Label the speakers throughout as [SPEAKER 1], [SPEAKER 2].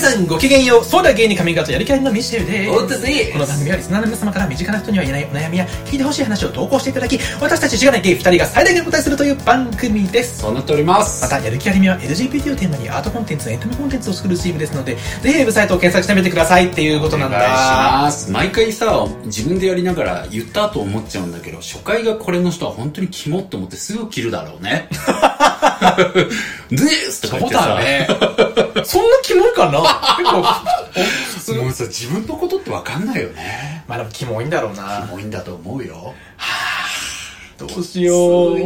[SPEAKER 1] さんごきげんようそうだ芸人カミングアウトやりきらりのミシェルです
[SPEAKER 2] 太田です
[SPEAKER 1] この番組はリスナーの皆様から身近な人には言えないお悩みや聞いてほしい話を投稿していただき私たちしがないゲイ2人が最大限お答えするという番組です
[SPEAKER 2] そうなっております
[SPEAKER 1] またやる気ありみは LGBT をテーマにアートコンテンツエンタメコンテンツを作るチームですのでぜひウェブサイトを検索してみてくださいっていうことな ん
[SPEAKER 2] お願いし
[SPEAKER 1] だ
[SPEAKER 2] ます毎回さ自分でやりながら言ったと思っちゃうんだけど初回がこれの人は本当にキモって思ってすぐ切るだろう ねでーすとか言ってさ
[SPEAKER 1] ねそんなキモいかな結構お
[SPEAKER 2] もうさ自分のことって分かんないよね
[SPEAKER 1] まあでもキモいんだろうな
[SPEAKER 2] キモいんだと思うよ
[SPEAKER 1] どうしよう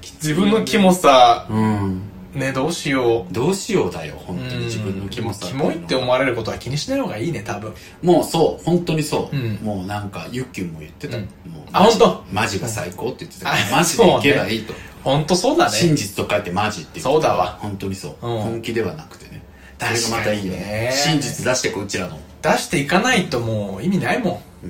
[SPEAKER 2] きつい
[SPEAKER 1] 自分のキモさ
[SPEAKER 2] うん
[SPEAKER 1] ねどうしよう
[SPEAKER 2] どうしようだよ本当に自分のキモさ
[SPEAKER 1] キモいって思われることは気にしない方がいいね多分
[SPEAKER 2] もうそう本当にそう、
[SPEAKER 1] うん
[SPEAKER 2] もうなんかユッキュンも言ってた、
[SPEAKER 1] うん
[SPEAKER 2] もう
[SPEAKER 1] あ
[SPEAKER 2] マジ
[SPEAKER 1] 本
[SPEAKER 2] マジが最高って言ってたか
[SPEAKER 1] あ
[SPEAKER 2] らマジでいけばいいと、
[SPEAKER 1] 本当そうだ
[SPEAKER 2] 真
[SPEAKER 1] ね
[SPEAKER 2] 実と書いてマジって言ってた
[SPEAKER 1] そうだわ
[SPEAKER 2] 本当にそう、
[SPEAKER 1] うん
[SPEAKER 2] 本気ではなくてねそれが
[SPEAKER 1] 確
[SPEAKER 2] ま
[SPEAKER 1] か
[SPEAKER 2] たいい
[SPEAKER 1] にね
[SPEAKER 2] よね真実出してこうちらの
[SPEAKER 1] 出していかないともう意味ないも
[SPEAKER 2] う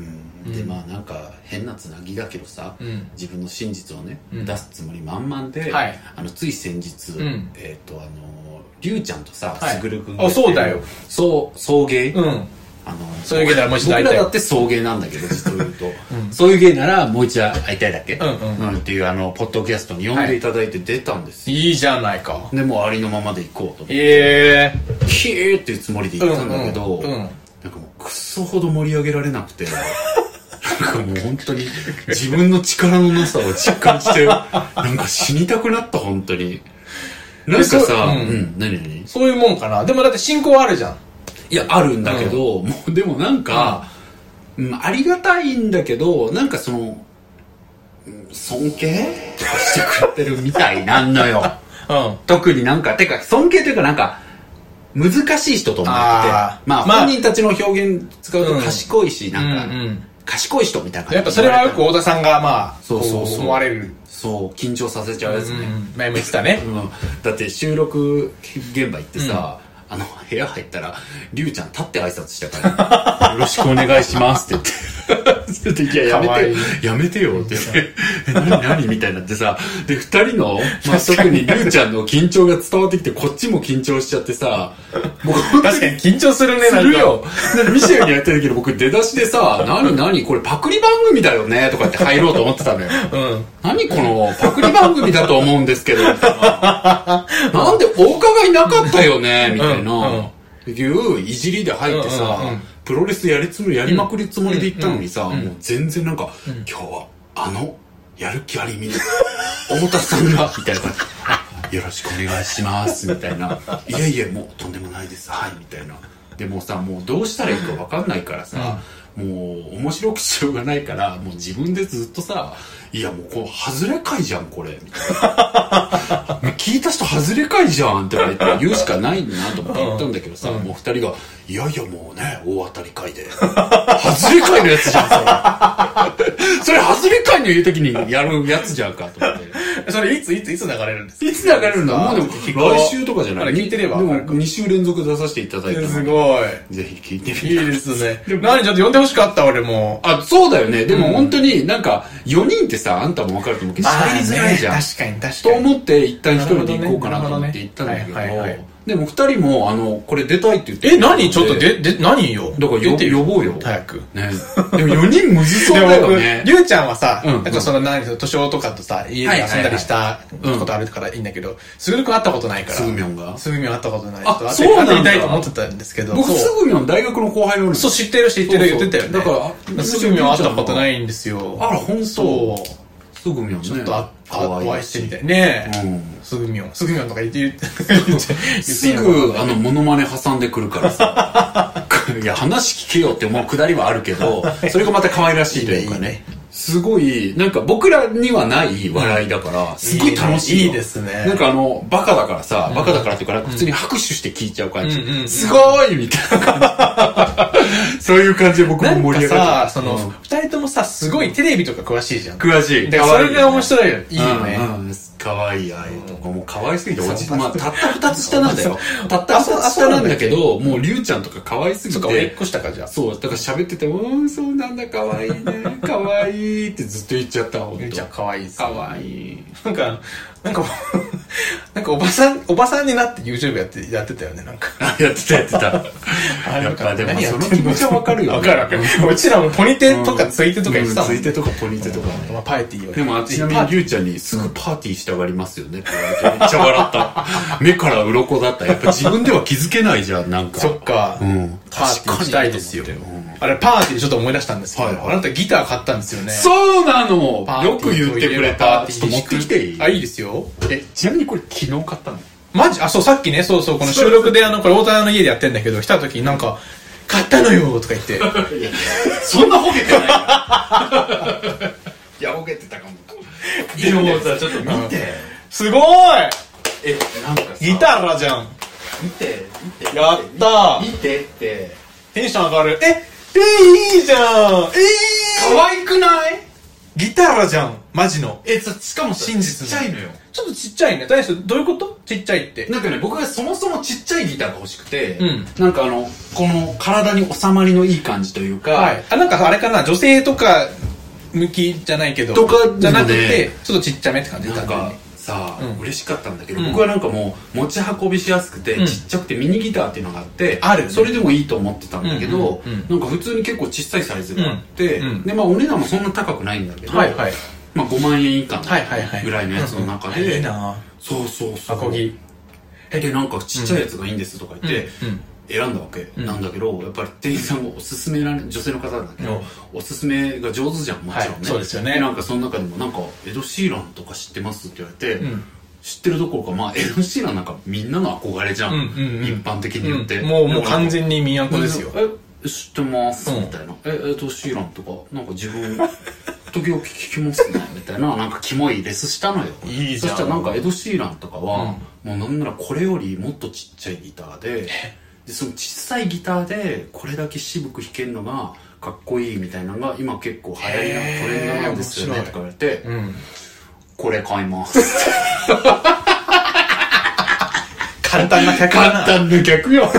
[SPEAKER 2] んで
[SPEAKER 1] うん
[SPEAKER 2] まあなんか変なつなぎだけどさ、
[SPEAKER 1] うん
[SPEAKER 2] 自分の真実をね、
[SPEAKER 1] うん
[SPEAKER 2] 出すつもり満々で、
[SPEAKER 1] はい
[SPEAKER 2] あのつい先日、
[SPEAKER 1] うん
[SPEAKER 2] えっ、とあのりゅうちゃんとさ
[SPEAKER 1] はい
[SPEAKER 2] すぐるくん
[SPEAKER 1] あそうだよ
[SPEAKER 2] そう送迎、
[SPEAKER 1] んうん
[SPEAKER 2] あの
[SPEAKER 1] そういう芸ならもう一度会いたい
[SPEAKER 2] 僕らだって送迎なんだ けど実を言うと、
[SPEAKER 1] うん
[SPEAKER 2] そういう芸ならもう一度会いたいだっけ、
[SPEAKER 1] うんうん
[SPEAKER 2] っていうあのポッドキャストに呼んでいただいて出たんですよ、
[SPEAKER 1] いいじゃないか
[SPEAKER 2] でもうありのままで行こうと思って
[SPEAKER 1] え
[SPEAKER 2] キーっていうつもりで行ったんだけど、
[SPEAKER 1] うんうんうん
[SPEAKER 2] なんかもうクソほど盛り上げられなくて、なんかもう本当に自分の力のなさを実感 して、なんか死にたくなった本当に。なんかさ、
[SPEAKER 1] そう
[SPEAKER 2] う
[SPEAKER 1] うん
[SPEAKER 2] ん、何何
[SPEAKER 1] ー、そういうもんかなでもだって信仰はあるじゃん
[SPEAKER 2] いや、あるんだけど、もうでもなんか、うん、ありがたいんだけど、なんかその、うん尊敬とかしてくれてるみたいなんの よ。
[SPEAKER 1] うん
[SPEAKER 2] 特になんか、てか、尊敬というかなんか、難しい人と思って、
[SPEAKER 1] あー
[SPEAKER 2] まあ、
[SPEAKER 1] まあ
[SPEAKER 2] 本人たちの表現使うと賢いし、なんか、
[SPEAKER 1] うんうん
[SPEAKER 2] 賢い人みたいな感じ
[SPEAKER 1] やっぱそれはよく太田さんがまあ
[SPEAKER 2] そうそうそう
[SPEAKER 1] こ思われる
[SPEAKER 2] そう、緊張させちゃうやつね。
[SPEAKER 1] 前も言ってたね
[SPEAKER 2] うんだって収録現場行ってさ、あの、部屋入ったら、りゅうちゃん立って挨拶したから、 よろしくお願いしますって言って。それ でいや、や
[SPEAKER 1] かわい
[SPEAKER 2] め
[SPEAKER 1] い
[SPEAKER 2] て、やめてよって言って、 え何何みたいになってさ、で、二人の、まあ、特にりゅうちゃんの緊張が伝わってきて、こっちも緊張しちゃってさ、もう本当に
[SPEAKER 1] 確かに緊張するね
[SPEAKER 2] する
[SPEAKER 1] なんか
[SPEAKER 2] よ。でミシェルにやってるけど、僕出だしでさ、何何これパクリ番組だよねとかって入ろうと思ってたのよ。
[SPEAKER 1] うん
[SPEAKER 2] 何このパクリ番組だと思うんですけど、みたいななんでお伺いなかったよね、みたいな、いういじりで入ってさ
[SPEAKER 1] うんうんうん、
[SPEAKER 2] プロレスやりつもり、やりまくりつもりで行ったのにさ、
[SPEAKER 1] うんうんうん
[SPEAKER 2] もう全然なんか、今日はあの、やる気ありみの、 太田さんが、みたいな感じ。よろしくお願いします、みたいな。いやいや、もうとんでもないです、はい、みたいな。でもうさ、もうどうしたらいいかわかんないからさ、もう面白くしようがないから、もう自分でずっとさ、いやもうこう、外れかいじゃん、これ、みたいな。聞いた人外れかいじゃん、とか言って言うしかないなと思って言ったんだけどさ、もう二人が、いやいやもうね、大当たり会で。外れ会のやつじゃん、 それ。それ外れ会の言う時にやるやつじゃんか、と思って。
[SPEAKER 1] それいついついつ流れるんですか
[SPEAKER 2] いつ流れるんだもうでも
[SPEAKER 1] 結構
[SPEAKER 2] 来週とかじゃない
[SPEAKER 1] あれ聞いてれば
[SPEAKER 2] で
[SPEAKER 1] わ
[SPEAKER 2] も
[SPEAKER 1] かるか
[SPEAKER 2] 2週連続出させていただいたの
[SPEAKER 1] すごい
[SPEAKER 2] ぜひ聞いてみて
[SPEAKER 1] いいですね何ちょっと呼んでほしかった俺も
[SPEAKER 2] あそうだよねでも本当になんか4人ってさあんたも分かると思うけど喋りづらいじゃん、
[SPEAKER 1] あーね確かに確
[SPEAKER 2] と
[SPEAKER 1] かに
[SPEAKER 2] 思って一旦一人で行こうかなと思って行ったんだけど
[SPEAKER 1] なるほどねはいはいはい
[SPEAKER 2] でも2人もあのこれ出たいって言って
[SPEAKER 1] え何ちょっとでで何よ
[SPEAKER 2] だから
[SPEAKER 1] 出
[SPEAKER 2] よ
[SPEAKER 1] てよ
[SPEAKER 2] 呼ぼうよ
[SPEAKER 1] 早く
[SPEAKER 2] ねでも4人むずそう
[SPEAKER 1] でも
[SPEAKER 2] だよ
[SPEAKER 1] 僕、
[SPEAKER 2] ね
[SPEAKER 1] りゅうちゃんはさ、
[SPEAKER 2] うん
[SPEAKER 1] なんかその、何、年男とかとさ、家で遊んだりしたことあるからいいんだけど、すぐるくん会ったことないから。
[SPEAKER 2] すぐみょんが
[SPEAKER 1] すぐみょん会ったことない
[SPEAKER 2] あ
[SPEAKER 1] 人、
[SPEAKER 2] そうなんだ
[SPEAKER 1] 会ってみたいと思ってたんですけど、
[SPEAKER 2] 僕
[SPEAKER 1] そう
[SPEAKER 2] すぐみょん大学の後輩なのに
[SPEAKER 1] そう、知ってる知ってる言ってたよね。
[SPEAKER 2] そうそうだからあ
[SPEAKER 1] すぐみょん会ったことないんですよ。
[SPEAKER 2] あら本当
[SPEAKER 1] そう。
[SPEAKER 2] すぐみょんね
[SPEAKER 1] ちょっとあ、あ
[SPEAKER 2] 可愛
[SPEAKER 1] お会いしてみた
[SPEAKER 2] い
[SPEAKER 1] い。ねえ。
[SPEAKER 2] うん
[SPEAKER 1] すぐみょん。すぐみょんとか言って、言って、言って言って
[SPEAKER 2] す
[SPEAKER 1] いいの
[SPEAKER 2] ぐ、あの、モノマネ挟んでくるから さ。いや、話聞けよって思うくだりはあるけど、それがまた可愛らしいというか
[SPEAKER 1] いいね
[SPEAKER 2] ね。すごい、なんか僕らにはない笑いだから、すごい楽しいよ。
[SPEAKER 1] いいですね
[SPEAKER 2] なんかあの、バカだからさ、バカだからっていうか、なんか普通に拍手して聞いちゃう感じ
[SPEAKER 1] うんうんう。ん
[SPEAKER 2] すごいみたいな 感じ。そういう感じで僕
[SPEAKER 1] な
[SPEAKER 2] も
[SPEAKER 1] ん
[SPEAKER 2] 盛
[SPEAKER 1] か
[SPEAKER 2] り上が
[SPEAKER 1] さ
[SPEAKER 2] る。、
[SPEAKER 1] その、二人ともさ、すごいテレビとか詳しいじゃん。
[SPEAKER 2] 詳しい。
[SPEAKER 1] で、それが面
[SPEAKER 2] い。
[SPEAKER 1] 白いよ。いいよね。
[SPEAKER 2] うんうん可愛いああいうとこもう可愛すぎて
[SPEAKER 1] そう
[SPEAKER 2] おじまあたった二つ下なんだよたった二つ下なんだけどもうりゅうちゃんとか可愛すぎ
[SPEAKER 1] そっか、俺
[SPEAKER 2] て
[SPEAKER 1] 一個したか、じゃあ。
[SPEAKER 2] そう、だから喋ってて、うーん、そうなんだ、可愛いね、可愛いってずっと言っちゃった、ほん
[SPEAKER 1] ゆうちゃん
[SPEAKER 2] と。
[SPEAKER 1] 可愛いっすね
[SPEAKER 2] 可愛い。
[SPEAKER 1] なんか、なんか、なんかおばさん、おばさんになって YouTube やって、やってたよね、なんか。
[SPEAKER 2] やってた やってた
[SPEAKER 1] あれ
[SPEAKER 2] やっぱでも
[SPEAKER 1] 何や
[SPEAKER 2] そ
[SPEAKER 1] っ
[SPEAKER 2] の
[SPEAKER 1] て
[SPEAKER 2] 気
[SPEAKER 1] んの
[SPEAKER 2] 持ちはわかるよ
[SPEAKER 1] わかるわかる。うち らもポニテとかついてとか言ってたもん
[SPEAKER 2] つ
[SPEAKER 1] ね
[SPEAKER 2] いてとかポニテとか
[SPEAKER 1] まあ、パエティをね
[SPEAKER 2] でも、ちなみに、りゅうちゃんに、すぐパーティーしたがりますよねって言われて、めっちゃ笑 った。目から鱗だった。やっぱ自分では気づけないじゃん、なんか。
[SPEAKER 1] そっか、
[SPEAKER 2] うん
[SPEAKER 1] パーティーしたいですよ、あれパーティーでちょっと思い出したんですけど、
[SPEAKER 2] はいはい
[SPEAKER 1] あなたギター買ったんですよね
[SPEAKER 2] そうなの
[SPEAKER 1] パーティー
[SPEAKER 2] よく言ってくれ
[SPEAKER 1] パー
[SPEAKER 2] た。
[SPEAKER 1] テ
[SPEAKER 2] ち
[SPEAKER 1] ィー
[SPEAKER 2] ょっと持ってきていい
[SPEAKER 1] あいいですよ
[SPEAKER 2] え、ちなみにこれ昨日買ったの
[SPEAKER 1] マジあそうさっきねそうそうこの収録であのこれ太田の家でやってんだけど来た時になんか「買ったのよ」とか言って「
[SPEAKER 2] そんなほげて ないよいや、ほげてたかも。でもさ、ちょっと見て。
[SPEAKER 1] すごい
[SPEAKER 2] え、なんかさ、
[SPEAKER 1] ギターラじゃん
[SPEAKER 2] 見て、見て。
[SPEAKER 1] やったー
[SPEAKER 2] 見てって。
[SPEAKER 1] テンション上がるええいいじゃんええ
[SPEAKER 2] 可愛くない
[SPEAKER 1] ギターラじゃんマジの
[SPEAKER 2] え、さしかもさ
[SPEAKER 1] 真実
[SPEAKER 2] ちっちゃいのよ。
[SPEAKER 1] ちょっとちっちゃいね大将どういうことちっちゃいって
[SPEAKER 2] なんかね、僕がそもそもちっちゃいギターが欲しくて、
[SPEAKER 1] うん
[SPEAKER 2] なんかあの、この体に収まりのいい感じというか、
[SPEAKER 1] はい、あなんかあれかな女性とか向きじゃないけど
[SPEAKER 2] とかでもね
[SPEAKER 1] じゃなくてちょっとちっちゃめって感じ
[SPEAKER 2] なん
[SPEAKER 1] 単純
[SPEAKER 2] か
[SPEAKER 1] に
[SPEAKER 2] さ、
[SPEAKER 1] うん
[SPEAKER 2] 嬉しかったんだけど、
[SPEAKER 1] うん
[SPEAKER 2] 僕はなんかもう持ち運びしやすくて、
[SPEAKER 1] うん
[SPEAKER 2] ちっちゃくてミニギターっていうのがあって、
[SPEAKER 1] あるよね
[SPEAKER 2] それでもいいと思ってたんだけど、
[SPEAKER 1] うんうんうん
[SPEAKER 2] なんか普通に結構小さいサイズがあって、
[SPEAKER 1] うんうん
[SPEAKER 2] でまあお値段もそんな高くないんだけど、
[SPEAKER 1] はいはい
[SPEAKER 2] まあ5万円以下の
[SPEAKER 1] はいはいはい
[SPEAKER 2] ぐらいのやつの中で、
[SPEAKER 1] うんうんいいな
[SPEAKER 2] そうそうそ
[SPEAKER 1] あ
[SPEAKER 2] う
[SPEAKER 1] アコギ
[SPEAKER 2] えでなんかちっちゃいやつがいいんですとか言って、
[SPEAKER 1] うんうん
[SPEAKER 2] 選んだわけ
[SPEAKER 1] ん
[SPEAKER 2] なんだけど、やっぱり店員さんもおすすめられ女性の方だけど、おすすめが上手じゃんもちろんね、
[SPEAKER 1] はいそうですよね
[SPEAKER 2] なんかその中でもなんかエド・シーランとか知ってますって言われて、
[SPEAKER 1] ん
[SPEAKER 2] 知ってるどころかまあエド・シーランなんかみんなの憧れじゃん,、
[SPEAKER 1] うんうんうん
[SPEAKER 2] 一般的に言って、
[SPEAKER 1] うんもうもう完全にミヤコですよ
[SPEAKER 2] え知ってます
[SPEAKER 1] うん
[SPEAKER 2] みたいな、えエド・シーランとかなんか自分 時々聞きますねみたいななんかキモいレスしたのよ
[SPEAKER 1] いい
[SPEAKER 2] そ
[SPEAKER 1] じゃん
[SPEAKER 2] したらなんかエド・シーランとかは、もうなんならこれよりもっとちっちゃいギターででその小さいギターでこれだけ渋く弾けるのがかっこいいみたいなのが今結構流行りのトレンドなんですよ
[SPEAKER 1] へ
[SPEAKER 2] ねと
[SPEAKER 1] ー
[SPEAKER 2] か言われて、
[SPEAKER 1] うん
[SPEAKER 2] これ買います
[SPEAKER 1] 簡単な客だな
[SPEAKER 2] 簡単な逆 よ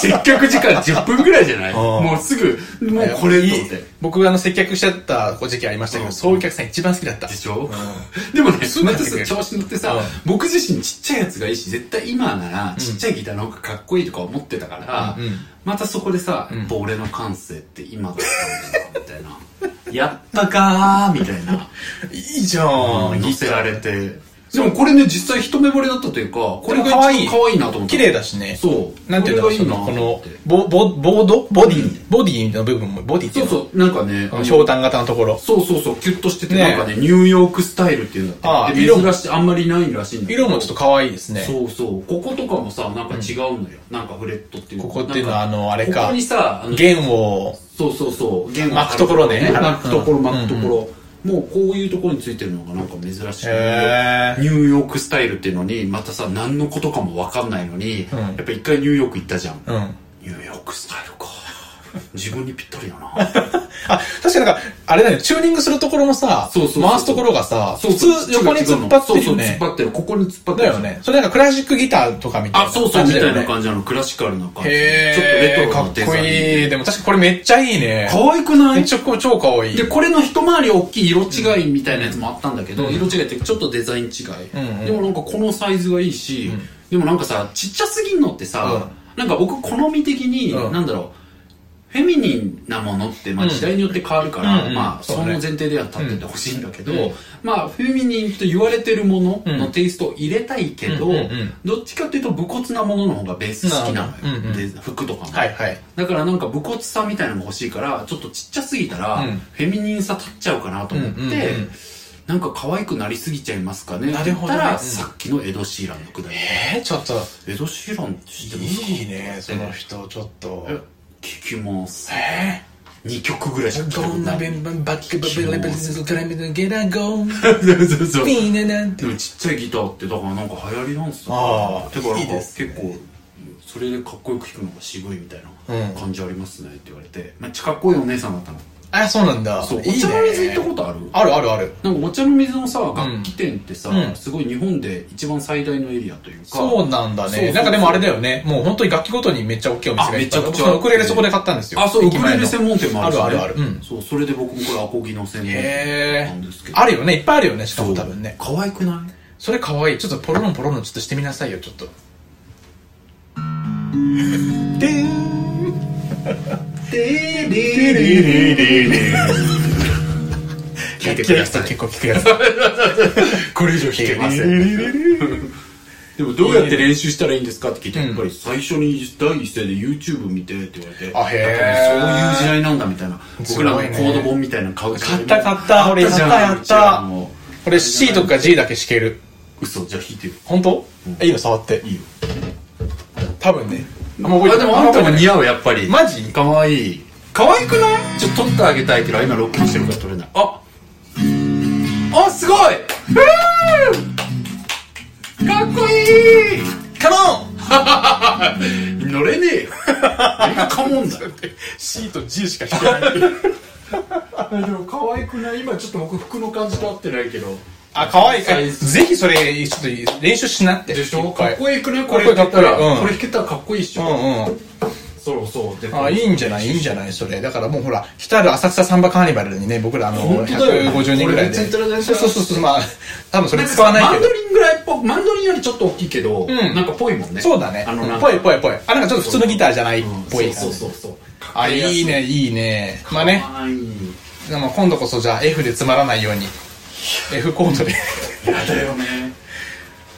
[SPEAKER 2] 接客時間10分ぐらいじゃない
[SPEAKER 1] ん
[SPEAKER 2] もうすぐもうこれと思って
[SPEAKER 1] 僕あの接客しちゃった時期ありましたけど、
[SPEAKER 2] うん
[SPEAKER 1] そういうお客さん一番好きだった
[SPEAKER 2] でしょ、でもね、
[SPEAKER 1] すぐ
[SPEAKER 2] ま
[SPEAKER 1] やったてくれ
[SPEAKER 2] さ、
[SPEAKER 1] る
[SPEAKER 2] 調子乗ってさ、
[SPEAKER 1] うん
[SPEAKER 2] 僕自身ちっちゃいやつがいいし、絶対今ならちっちゃいギターの方がかっこいいとか思ってたから、
[SPEAKER 1] うんうん
[SPEAKER 2] またそこでさ、やっぱ俺の感性って今だったんだな、みたいな。やったかー、みたいな。
[SPEAKER 1] いいじゃん、
[SPEAKER 2] 乗せられて。でもこれね、実際一目惚れだったというか、これが一番
[SPEAKER 1] 可愛い
[SPEAKER 2] 可愛いなと思った。
[SPEAKER 1] 綺麗だしね
[SPEAKER 2] そう。
[SPEAKER 1] なんていうんだ
[SPEAKER 2] こ
[SPEAKER 1] ろ
[SPEAKER 2] れ
[SPEAKER 1] う
[SPEAKER 2] がいいなと
[SPEAKER 1] そ
[SPEAKER 2] 思
[SPEAKER 1] の
[SPEAKER 2] って
[SPEAKER 1] このボボボードボディ、ボディの部分もボディってい
[SPEAKER 2] そうう
[SPEAKER 1] の
[SPEAKER 2] そう、なんかね、
[SPEAKER 1] ひょうたん型のところ
[SPEAKER 2] そうそうそう、キュッとしてて、
[SPEAKER 1] ね
[SPEAKER 2] なんかね、ニューヨークスタイルっていうんだ
[SPEAKER 1] あ
[SPEAKER 2] っ
[SPEAKER 1] あ
[SPEAKER 2] て。で
[SPEAKER 1] 色も
[SPEAKER 2] 珍しい、あんまりないらしいんだけど。
[SPEAKER 1] 色もちょっと可愛いですね
[SPEAKER 2] そうそう。こことかもさ、なんか違うのよ。なんかフレットっていうか
[SPEAKER 1] ここっていうのは
[SPEAKER 2] なん
[SPEAKER 1] あのあれか
[SPEAKER 2] ここにさ、あの
[SPEAKER 1] 弦を
[SPEAKER 2] そうそうそう。弦を
[SPEAKER 1] 巻くところね
[SPEAKER 2] 巻くとこ
[SPEAKER 1] う
[SPEAKER 2] ろ、
[SPEAKER 1] ん
[SPEAKER 2] 巻くところ。もうこういうところについてるのがなんか珍しい。ニ
[SPEAKER 1] へ
[SPEAKER 2] ュ
[SPEAKER 1] ー
[SPEAKER 2] ーヨークスタイルっていうのに、またさ、何のことかもわかんないのに、
[SPEAKER 1] ん
[SPEAKER 2] やっぱ一回ニューヨーク行ったじゃん。
[SPEAKER 1] うん
[SPEAKER 2] ニューヨークスタイルか。自分にぴったりだな。
[SPEAKER 1] あ、確かなんか、あれだよね、チューニングするところもさ、
[SPEAKER 2] そうそうそう
[SPEAKER 1] 回すところがさ、
[SPEAKER 2] そう
[SPEAKER 1] 普
[SPEAKER 2] そう
[SPEAKER 1] 通横に突っ張ってるよ
[SPEAKER 2] そう
[SPEAKER 1] ね
[SPEAKER 2] そう突っ。張ってる。ここに突っ張って
[SPEAKER 1] だ
[SPEAKER 2] る。
[SPEAKER 1] よね。それなんかクラシックギターとかみたい
[SPEAKER 2] あ、
[SPEAKER 1] な
[SPEAKER 2] そうそう、
[SPEAKER 1] 感
[SPEAKER 2] み
[SPEAKER 1] じだ
[SPEAKER 2] たい
[SPEAKER 1] よ
[SPEAKER 2] な
[SPEAKER 1] ね。
[SPEAKER 2] 感じなの。クラシカルな感じ。
[SPEAKER 1] へー。
[SPEAKER 2] ちょっとレトロ
[SPEAKER 1] か
[SPEAKER 2] な
[SPEAKER 1] っ
[SPEAKER 2] デ
[SPEAKER 1] こ
[SPEAKER 2] ザイ
[SPEAKER 1] い
[SPEAKER 2] ン
[SPEAKER 1] い。。でも確かこれめっちゃいいね。
[SPEAKER 2] 可愛くな
[SPEAKER 1] めっ
[SPEAKER 2] い
[SPEAKER 1] ちゃこう超かわいい。
[SPEAKER 2] で、これの一回り大きい色違いみたいなやつもあったんだけど、色違いっていうかちょっとデザイン違い、
[SPEAKER 1] んうん
[SPEAKER 2] でもなんかこのサイズがいいし、でもなんかさ、ちっちゃすぎんのってさ、なんか僕好み的に、
[SPEAKER 1] うん
[SPEAKER 2] なんだろう、フェミニンなものって、まあ、時代によって変わるから、
[SPEAKER 1] うんうん
[SPEAKER 2] まあ、
[SPEAKER 1] そう
[SPEAKER 2] そ
[SPEAKER 1] ね
[SPEAKER 2] の前提では立っててほしいんだけど、
[SPEAKER 1] うん
[SPEAKER 2] まあ、フェミニンと言われてるもののテイストを入れたいけど、
[SPEAKER 1] うんうんうん
[SPEAKER 2] どっちかっていうと武骨なものの方がベース好きなのよ。
[SPEAKER 1] うんうん
[SPEAKER 2] で服とかも。
[SPEAKER 1] はいはい。
[SPEAKER 2] だからなんか武骨さみたいなのが欲しいからちょっとちっちゃすぎたら、
[SPEAKER 1] うん
[SPEAKER 2] フェミニンさ立っちゃうかなと思って、
[SPEAKER 1] うんうんうん
[SPEAKER 2] なんか可愛くなりすぎちゃいますかね
[SPEAKER 1] なるほどね
[SPEAKER 2] だったら、
[SPEAKER 1] うん
[SPEAKER 2] さっきのエド・シーランのくだり
[SPEAKER 1] えー、ちょっと、
[SPEAKER 2] エド・シーランって知ってますか
[SPEAKER 1] いいね、その
[SPEAKER 2] え
[SPEAKER 1] 人、ちょっと。
[SPEAKER 2] 聞きます
[SPEAKER 1] え
[SPEAKER 2] 2曲ぐらいしか聞いた
[SPEAKER 1] ど
[SPEAKER 2] こと
[SPEAKER 1] ん
[SPEAKER 2] な
[SPEAKER 1] ないベンバンバックバ
[SPEAKER 2] キモ
[SPEAKER 1] ブレベルズクラミのゲラゴン。
[SPEAKER 2] そうそうそう
[SPEAKER 1] ピーナなんて
[SPEAKER 2] で。もちっちゃいギターってだからなんか流行りなんすよ
[SPEAKER 1] ああ
[SPEAKER 2] てかなん
[SPEAKER 1] いい
[SPEAKER 2] か
[SPEAKER 1] です
[SPEAKER 2] 結
[SPEAKER 1] ね
[SPEAKER 2] 構それでかっこよく弾くのが渋いみたい
[SPEAKER 1] うん
[SPEAKER 2] な感じありますねって言われて、めっちゃかっこいいお姉さんだったの
[SPEAKER 1] あ、そうなんだ。
[SPEAKER 2] そうお
[SPEAKER 1] いい
[SPEAKER 2] 茶の水行
[SPEAKER 1] ね
[SPEAKER 2] ったことある
[SPEAKER 1] あるあるある。
[SPEAKER 2] なんかお茶の水のさ楽器店ってさ、
[SPEAKER 1] うん
[SPEAKER 2] すごい日本で一番最大のエリアというか
[SPEAKER 1] そうなんだ
[SPEAKER 2] そうそうそ
[SPEAKER 1] ね。
[SPEAKER 2] う
[SPEAKER 1] なんかでもあれだよね。もう本当に楽器ごとにめっちゃ大きいお店がいっぱい
[SPEAKER 2] あめちゃくちゃ
[SPEAKER 1] 僕そのウクレレそこで買ったんですよ。
[SPEAKER 2] あそうウ
[SPEAKER 1] 駅
[SPEAKER 2] ク
[SPEAKER 1] 前の
[SPEAKER 2] レレ専門店もあるし、ね、
[SPEAKER 1] あるあるある。うん。
[SPEAKER 2] そうそれで僕もこれアコギの専門店
[SPEAKER 1] へ
[SPEAKER 2] なんですけ
[SPEAKER 1] ー
[SPEAKER 2] ど
[SPEAKER 1] あるよね。いっぱいあるよね。しか
[SPEAKER 2] そ
[SPEAKER 1] も
[SPEAKER 2] う
[SPEAKER 1] 多分ね。
[SPEAKER 2] 可愛くない
[SPEAKER 1] それかわいいちょっとポロロンポロロンちょっとしてみなさいよちょっとでん
[SPEAKER 2] デレレレレレ 聞いてください
[SPEAKER 1] 結構聞くやつ
[SPEAKER 2] これ以上弾けませんでもどうやって練習したらいいんですかって聞いて、
[SPEAKER 1] うん
[SPEAKER 2] やっぱり最初に第一声で YouTube 見てって言われて
[SPEAKER 1] あへー
[SPEAKER 2] だからそういう時代なんだみたいな
[SPEAKER 1] す
[SPEAKER 2] 僕
[SPEAKER 1] ごい
[SPEAKER 2] ら
[SPEAKER 1] ね
[SPEAKER 2] のコード本みたいなの買う時
[SPEAKER 1] 買
[SPEAKER 2] 代
[SPEAKER 1] った買った俺
[SPEAKER 2] あ
[SPEAKER 1] やっ
[SPEAKER 2] じゃん
[SPEAKER 1] たやっ
[SPEAKER 2] うちら
[SPEAKER 1] た
[SPEAKER 2] も
[SPEAKER 1] これ C とか G だけ弾ける
[SPEAKER 2] 嘘じゃあ弾いてよ
[SPEAKER 1] 本当、えいいの触って
[SPEAKER 2] いいよ
[SPEAKER 1] 多分ねあんま覚え
[SPEAKER 2] あ
[SPEAKER 1] て
[SPEAKER 2] で
[SPEAKER 1] ない
[SPEAKER 2] もあんたも似合うやっぱり
[SPEAKER 1] マジ
[SPEAKER 2] かわいいかわいくないちょっと撮ってあげたいけど今ロックしてるから撮れないああすごいふーかっこいい
[SPEAKER 1] カモン
[SPEAKER 2] 乗れねえよ何がカモン だよ
[SPEAKER 1] C と G しか弾けない
[SPEAKER 2] でも可愛くない今ちょっと僕服の感じと合ってないけど
[SPEAKER 1] あ可愛い
[SPEAKER 2] サイ
[SPEAKER 1] え
[SPEAKER 2] ズ
[SPEAKER 1] ぜひそれちょっと練習しなって
[SPEAKER 2] でしょ
[SPEAKER 1] 一
[SPEAKER 2] か
[SPEAKER 1] 回
[SPEAKER 2] っこいいくねこれ
[SPEAKER 1] か
[SPEAKER 2] 弾
[SPEAKER 1] っこいい
[SPEAKER 2] けたら
[SPEAKER 1] かっこ
[SPEAKER 2] これ弾けたらかっこい
[SPEAKER 1] いいうん
[SPEAKER 2] いっし
[SPEAKER 1] う
[SPEAKER 2] ょ
[SPEAKER 1] んうん
[SPEAKER 2] そうそうで
[SPEAKER 1] あいいんじゃないいいんじゃないそれだからもうほら来る浅草サンバカーニバルにね僕らあの
[SPEAKER 2] 本当だよ
[SPEAKER 1] 150人ぐらい
[SPEAKER 2] これめっ
[SPEAKER 1] で
[SPEAKER 2] ちゃ行ってるね
[SPEAKER 1] そうそうそうそうまあ多分それ
[SPEAKER 2] なんか
[SPEAKER 1] 使わない
[SPEAKER 2] マ
[SPEAKER 1] け
[SPEAKER 2] ン
[SPEAKER 1] ど
[SPEAKER 2] ドリンぐらいっぽくマンドリンよりちょっと大きいけど
[SPEAKER 1] ん
[SPEAKER 2] なんかぽいもんね
[SPEAKER 1] そうだね
[SPEAKER 2] あの
[SPEAKER 1] う
[SPEAKER 2] なんん
[SPEAKER 1] ぽ
[SPEAKER 2] か
[SPEAKER 1] いぽいぽいあなんかちょっと普通のギターじゃないっぽ
[SPEAKER 2] う
[SPEAKER 1] い
[SPEAKER 2] んそうそうそうそう
[SPEAKER 1] あいいねいいねまあね
[SPEAKER 2] 可愛 い
[SPEAKER 1] でも今度こそじゃあ F でつまらないように F コートで
[SPEAKER 2] やだよね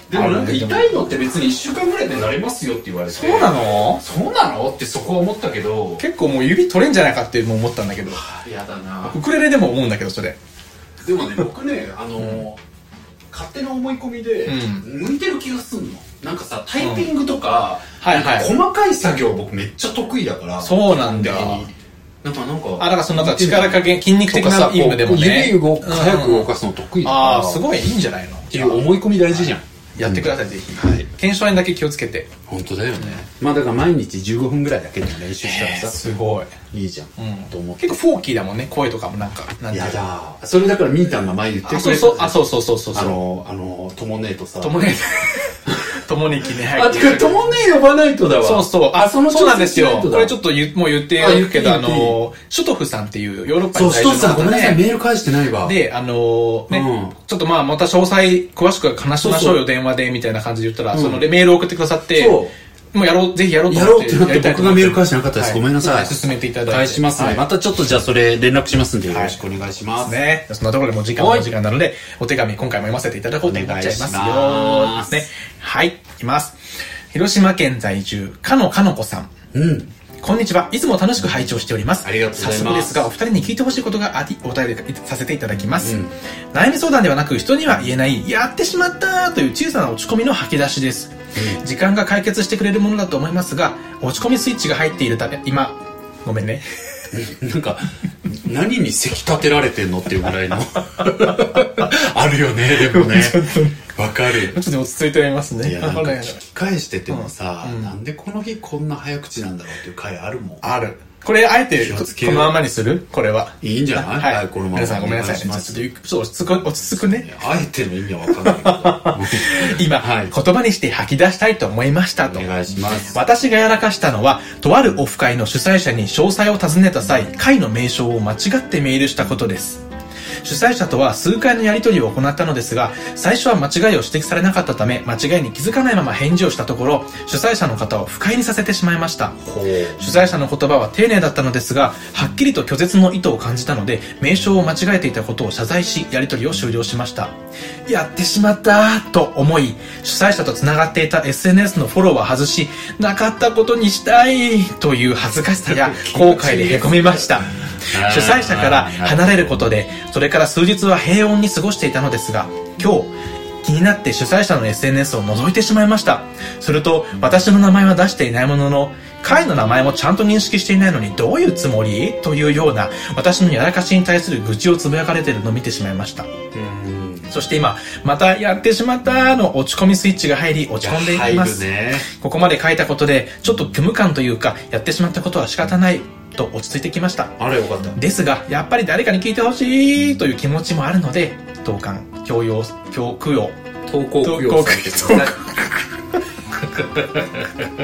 [SPEAKER 2] でもなんか痛いのって別に1週間ぐらいで慣れますよって言われて
[SPEAKER 1] そうなの
[SPEAKER 2] そうなのってそこは思ったけど
[SPEAKER 1] 結構もう指取れんじゃないかってもう思ったんだけど
[SPEAKER 2] やだな
[SPEAKER 1] ウクレレでも思うんだけどそれ
[SPEAKER 2] でもね僕ねあのー勝手な思い込みで、
[SPEAKER 1] う
[SPEAKER 2] 向いてる気がすんのなんかさタイピングとか,、
[SPEAKER 1] うんはいはい
[SPEAKER 2] 細かい作業僕めっちゃ得意だから
[SPEAKER 1] そうなんだ
[SPEAKER 2] 基本的になんかなんか
[SPEAKER 1] あだからそのなんか力加減筋肉的な意味でもねうん
[SPEAKER 2] かすの得意
[SPEAKER 1] ああす
[SPEAKER 2] いっ
[SPEAKER 1] ごいいいんじゃないの
[SPEAKER 2] ていう思い込み大事じゃん
[SPEAKER 1] やってください、ぜひ、
[SPEAKER 2] はい
[SPEAKER 1] 腱鞘炎だけ気をつけて
[SPEAKER 2] 本当だよねまあだから毎日15分ぐらいだけでも練習したら
[SPEAKER 1] えー
[SPEAKER 2] さ、
[SPEAKER 1] すごい、
[SPEAKER 2] いいじゃん、
[SPEAKER 1] うん、
[SPEAKER 2] と思って
[SPEAKER 1] 結構フォーキーだもんね声とかもなんかなんていう
[SPEAKER 2] や
[SPEAKER 1] の
[SPEAKER 2] だそれだからみーたんが前言ってくれた
[SPEAKER 1] あそうそうあそうそうそうそう
[SPEAKER 2] あ
[SPEAKER 1] そう
[SPEAKER 2] のあのともねえとさ
[SPEAKER 1] と もねともねきね
[SPEAKER 2] あ、てか、ともねえ呼ばないとだわ。
[SPEAKER 1] そうそう。あ、
[SPEAKER 2] あ、
[SPEAKER 1] そ
[SPEAKER 2] その
[SPEAKER 1] うなんですよ。これちょっ
[SPEAKER 2] と。
[SPEAKER 1] と言うもう言って
[SPEAKER 2] あ
[SPEAKER 1] お
[SPEAKER 2] 言っ
[SPEAKER 1] く
[SPEAKER 2] て
[SPEAKER 1] け
[SPEAKER 2] いい
[SPEAKER 1] ど、あ
[SPEAKER 2] 言って
[SPEAKER 1] の、シュトフさんっていうヨーロッパ
[SPEAKER 2] そ
[SPEAKER 1] に
[SPEAKER 2] う、
[SPEAKER 1] 在
[SPEAKER 2] 一
[SPEAKER 1] 住
[SPEAKER 2] つさ
[SPEAKER 1] の
[SPEAKER 2] ん、ごめんなさい、
[SPEAKER 1] ね。
[SPEAKER 2] メール返してないわ。
[SPEAKER 1] で、あのね、
[SPEAKER 2] うん
[SPEAKER 1] ちょっとまあまた詳細、詳しく話しまし
[SPEAKER 2] そう
[SPEAKER 1] ょう
[SPEAKER 2] そ
[SPEAKER 1] よ、
[SPEAKER 2] う
[SPEAKER 1] 電話で、みたいな感じで言ったら、
[SPEAKER 2] うん
[SPEAKER 1] そのレメールを送ってくださって、
[SPEAKER 2] そ
[SPEAKER 1] もうやろう、ぜひやろうと
[SPEAKER 2] や
[SPEAKER 1] 思
[SPEAKER 2] ろ
[SPEAKER 1] っ。
[SPEAKER 2] うっててなって、
[SPEAKER 1] りたいと
[SPEAKER 2] 僕
[SPEAKER 1] 思
[SPEAKER 2] がメール返してなかったで
[SPEAKER 1] は
[SPEAKER 2] す。ごめんなさい。
[SPEAKER 1] 進めていただいて。
[SPEAKER 2] 返します
[SPEAKER 1] は
[SPEAKER 2] ね。
[SPEAKER 1] い
[SPEAKER 2] またちょっと、じゃあ、それ、連絡しますんで、よ
[SPEAKER 1] い
[SPEAKER 2] ろしくお願いします。
[SPEAKER 1] ね、そんなところでもう時間
[SPEAKER 2] は
[SPEAKER 1] も
[SPEAKER 2] い
[SPEAKER 1] 時間なので、お手紙今回も読ませていただこうと思っちゃいますよ
[SPEAKER 2] お願いしま。す
[SPEAKER 1] ね、はい、いきます。広島県在住、かのかのこさん。
[SPEAKER 2] うん。
[SPEAKER 1] こんにちは。いつも楽しく拝聴しております。
[SPEAKER 2] ありがとうございます
[SPEAKER 1] 早速ですが、お二人に聞いてほしいことがあり、お便りさせていただきます。悩み相談ではなく、人には言えない、やってしまったという小さな落ち込みの吐き出しです。時間が解決してくれるものだと思いますが、落ち込みスイッチが入っているため、今、ごめんね。
[SPEAKER 2] なんか、何にせき立てられてんのっていうぐらいの。 あるよね、でもね。わかる
[SPEAKER 1] ちょ。っと落ち着いておりますね。
[SPEAKER 2] いや、なん か
[SPEAKER 1] あ
[SPEAKER 2] 聞き返しててもさ
[SPEAKER 1] うんうん、
[SPEAKER 2] なんでこの日こんな早口なんだろうっていう回あるもん。
[SPEAKER 1] ある。これ、あえて、
[SPEAKER 2] 気
[SPEAKER 1] こ
[SPEAKER 2] をつけよう
[SPEAKER 1] このままにするこれは。
[SPEAKER 2] いいんじゃない
[SPEAKER 1] はい、
[SPEAKER 2] はいこのまま
[SPEAKER 1] 皆さんごめんなさい
[SPEAKER 2] お願いし
[SPEAKER 1] ね。
[SPEAKER 2] ます
[SPEAKER 1] ちょっとちょっと落ち着く、落ち着くね。
[SPEAKER 2] あえての意味はわかんないけど
[SPEAKER 1] 今、
[SPEAKER 2] はい
[SPEAKER 1] 言葉にして吐き出したいと思いましたと。
[SPEAKER 2] お願いします
[SPEAKER 1] 私がやらかしたのは、とあるオフ会の主催者に詳細を尋ねた際、会の名称を間違ってメールしたことです。主催者とは数回のやり取りを行ったのですが、最初は間違いを指摘されなかったため、間違いに気づかないまま返事をしたところ、主催者の方を不快にさせてしまいました。
[SPEAKER 2] ほう
[SPEAKER 1] 主催者の言葉は丁寧だったのですが、はっきりと拒絶の意図を感じたので、名称を間違えていたことを謝罪し、やり取りを終了しました。やってしまったと思い、主催者と繋がっていた SNS のフォローは外し、なかったことにしたいという恥ずかしさや後悔で凹みました。主催者から離れることで、それから数日は平穏に過ごしていたのですが、今日、気になって主催者の SNS を覗いてしまいました。すると、私の名前は出していないものの、会の名前もちゃんと認識していないのにどういうつもりというような、私のやらかしに対する愚痴をつぶやかれているのを見てしまいました。
[SPEAKER 2] うん
[SPEAKER 1] そして今、またやってしまったの落ち込みスイッチが入り落ち込んでいきます。
[SPEAKER 2] 入るね
[SPEAKER 1] ここまで書いたことで、ちょっと虚無感というか、やってしまったことは仕方ないと落ち着いてきました。
[SPEAKER 2] あれよかった
[SPEAKER 1] ですが、やっぱり誰かに聞いてほしいという気持ちもあるので、同感、強要、強供養、
[SPEAKER 2] 投稿
[SPEAKER 1] 投
[SPEAKER 2] 供
[SPEAKER 1] 稿
[SPEAKER 2] 養さんってことね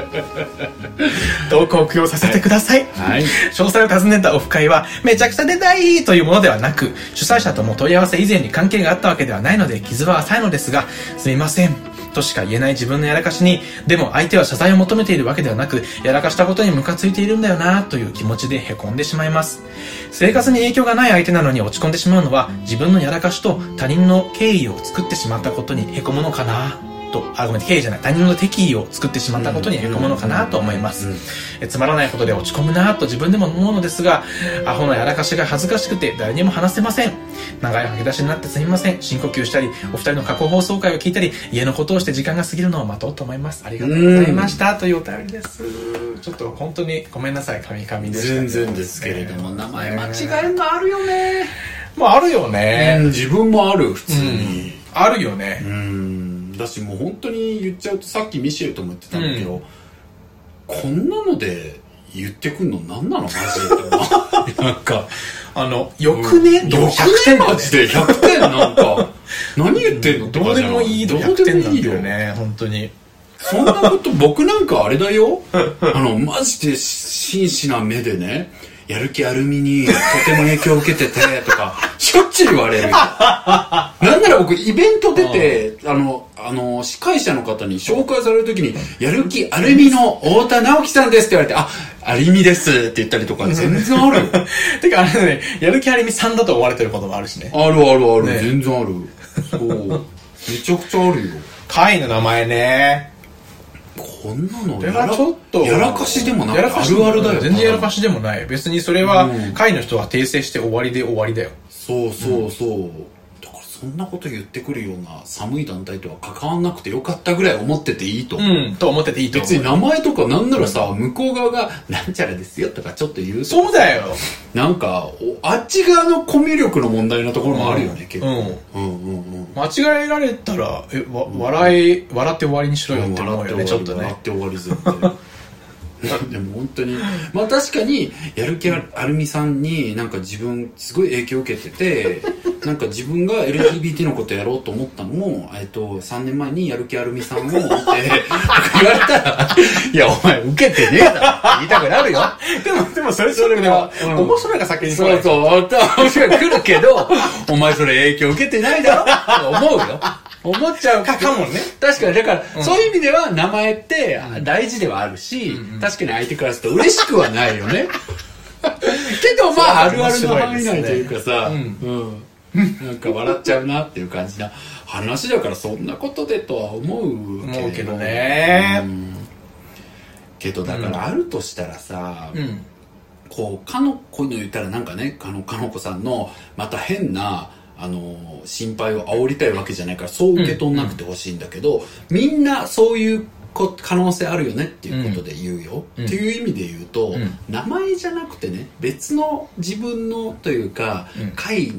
[SPEAKER 1] 投稿を供養させてください。
[SPEAKER 2] はい
[SPEAKER 1] 詳細を尋ねたオフ会は、めちゃくちゃ出たいというものではなく、主催者とも問い合わせ以前に関係があったわけではないので、傷は浅いのですが、すみません。としか言えない自分のやらかしに、でも相手は謝罪を求めているわけではなく、やらかしたことにムカついているんだよなという気持ちで凹んでしまいます。生活に影響がない相手なのに落ち込んでしまうのは、自分のやらかしと他人の敬意を作ってしまったことに凹むのかなと、あ、ごめん、敬意じゃない、他人の敵意を作ってしまったことに凹むのかなと思います。えつまらないことで落ち込むなぁと自分でも思うのですが、アホなやらかしが恥ずかしくて誰にも話せません。長い吐き出しになってすみません。深呼吸したり、お二人の過去放送回を聞いたり、家のことをして時間が過ぎるのを待とうと思います。ありがとうございました。というお便りです。ちょっと本当にごめんなさい、神々でしたけど
[SPEAKER 2] 全然ですけれども、名前間違え
[SPEAKER 1] え
[SPEAKER 2] るのあるよね。
[SPEAKER 1] まああるよね。
[SPEAKER 2] うん自分もある、普通に。
[SPEAKER 1] あるよね。
[SPEAKER 2] うんだしもう本当に言っちゃうとさっきミシェルとも言ってたんだけど、こんなので言ってくんの何なのマジ でなんか
[SPEAKER 1] あの、よくね、
[SPEAKER 2] うん
[SPEAKER 1] どう
[SPEAKER 2] よくね
[SPEAKER 1] 100点だ
[SPEAKER 2] マ
[SPEAKER 1] ね
[SPEAKER 2] ジで100点なんか何言ってんの
[SPEAKER 1] どうでもいい
[SPEAKER 2] ど
[SPEAKER 1] どう
[SPEAKER 2] う
[SPEAKER 1] 100
[SPEAKER 2] で
[SPEAKER 1] 点
[SPEAKER 2] も
[SPEAKER 1] なん
[SPEAKER 2] いい
[SPEAKER 1] だ
[SPEAKER 2] よ
[SPEAKER 1] よね、本当に。
[SPEAKER 2] そんなこと僕なんかあれだよあのマジで真摯な目でねやる気あるみにとても影響を受けててとか しょっちゅう言われるよなんなら僕、イベント出て、あの、あの、司会者の方に紹介されるときに、やる気アルミの太田直樹さんですって言われて、あ、アルミですって言ったりとか、全然あるよ。
[SPEAKER 1] てかあれだね、やる気ありみさんだと思われてることもあるしね。
[SPEAKER 2] あるあるある、
[SPEAKER 1] ね
[SPEAKER 2] 全然ある。そう。めちゃくちゃあるよ。
[SPEAKER 1] カイの名前ね。
[SPEAKER 2] こんなの
[SPEAKER 1] これはちょっと。
[SPEAKER 2] やらかしでもなく、あ
[SPEAKER 1] やらかしで
[SPEAKER 2] る
[SPEAKER 1] も
[SPEAKER 2] あるだよ。
[SPEAKER 1] 全然やらかしでもない。別にそれは
[SPEAKER 2] うん、
[SPEAKER 1] 会の人は訂正して終わりで終わりだよ。
[SPEAKER 2] そうそうそう。だからそんなこと言ってくるような寒い団体とは関わんなくてよかったぐらい思ってていいと。
[SPEAKER 1] うん、と思ってていいと思
[SPEAKER 2] 別に
[SPEAKER 1] う。
[SPEAKER 2] 名前とかなんならさ、向こう側が、なんちゃらですよとかちょっと言うと、
[SPEAKER 1] そうだよ。
[SPEAKER 2] なんか、おあっち側のコミュ力の問題なところもあるよね、結
[SPEAKER 1] う
[SPEAKER 2] 構。
[SPEAKER 1] ん。
[SPEAKER 2] うんうんうん。
[SPEAKER 1] 間違えられたら、え、わ、笑い、笑って終わりにしろよって思うよね、ちょっと
[SPEAKER 2] 笑
[SPEAKER 1] ね
[SPEAKER 2] っ。て終わりずみ たいな。でも本当に、まあ確かに、やる気あるアルミさんになんか自分すごい影響を受けてて、なんか自分が LGBT のことやろうと思ったのも、えっと、3年前にやる気あるみさんを見て、 とか言われたら、いやお前受けてねえだろって言いたくなるよ。
[SPEAKER 1] でも、でもそれそれで
[SPEAKER 2] はうん
[SPEAKER 1] 白いが先来
[SPEAKER 2] そう
[SPEAKER 1] ない
[SPEAKER 2] そう、面白い来るけ ど、お前それ影響受けてないだろって思うよ。思っちゃう。
[SPEAKER 1] かかもね。
[SPEAKER 2] 確かに、だから、そういう意味では名前ってあ大事ではあるし、確かに相手からすると嬉しくはないよ ね。けど、まあ、あるあるの範囲内というかさ、うん。なんか笑っちゃうなっていう感じな話だから、そんなことでとは思うけれど
[SPEAKER 1] 思うけどね
[SPEAKER 2] うんけど、だからあるとしたらさ、
[SPEAKER 1] うん。
[SPEAKER 2] こう、かの、こういうの言ったらなんかね、あの、かのこさんの、また変な、あの、心配を煽りたいわけじゃないから、そう受け取んなくてほしいんだけど、みんなそういうこ可能性あるよねっていうことで言うよ。っていう意味で言うと、
[SPEAKER 1] ん
[SPEAKER 2] 名前じゃなくてね、別の自分のというか、会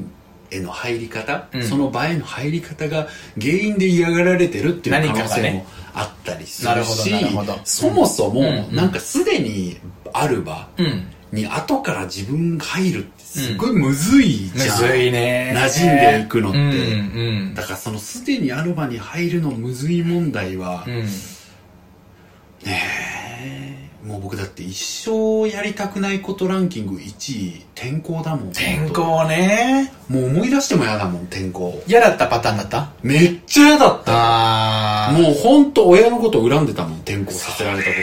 [SPEAKER 2] への入り方、
[SPEAKER 1] うん
[SPEAKER 2] その場への入り方が原因で嫌がられてるっていう可
[SPEAKER 1] 何か
[SPEAKER 2] 能
[SPEAKER 1] が
[SPEAKER 2] 性
[SPEAKER 1] ね
[SPEAKER 2] もあったりす
[SPEAKER 1] なる
[SPEAKER 2] る
[SPEAKER 1] ほ
[SPEAKER 2] し、
[SPEAKER 1] どなるほど
[SPEAKER 2] そもそも、
[SPEAKER 1] うん
[SPEAKER 2] なんかすでにある場、
[SPEAKER 1] うん。
[SPEAKER 2] に後から自分が入るってすごいむずい
[SPEAKER 1] む
[SPEAKER 2] じゃん、
[SPEAKER 1] ずいね。
[SPEAKER 2] 馴染んでいくのって、
[SPEAKER 1] うん、うん
[SPEAKER 2] だからそのすでにアルバに入るのむずい問題は、
[SPEAKER 1] うん。
[SPEAKER 2] ねえもう僕だって一生やりたくないことランキング1位転校だもん
[SPEAKER 1] 転校ね。
[SPEAKER 2] もう思い出しても嫌だもん転校
[SPEAKER 1] 嫌だったパターンだった
[SPEAKER 2] めっちゃ嫌だった
[SPEAKER 1] あ
[SPEAKER 2] もう本当親のこと恨んでたもん転校させられたこ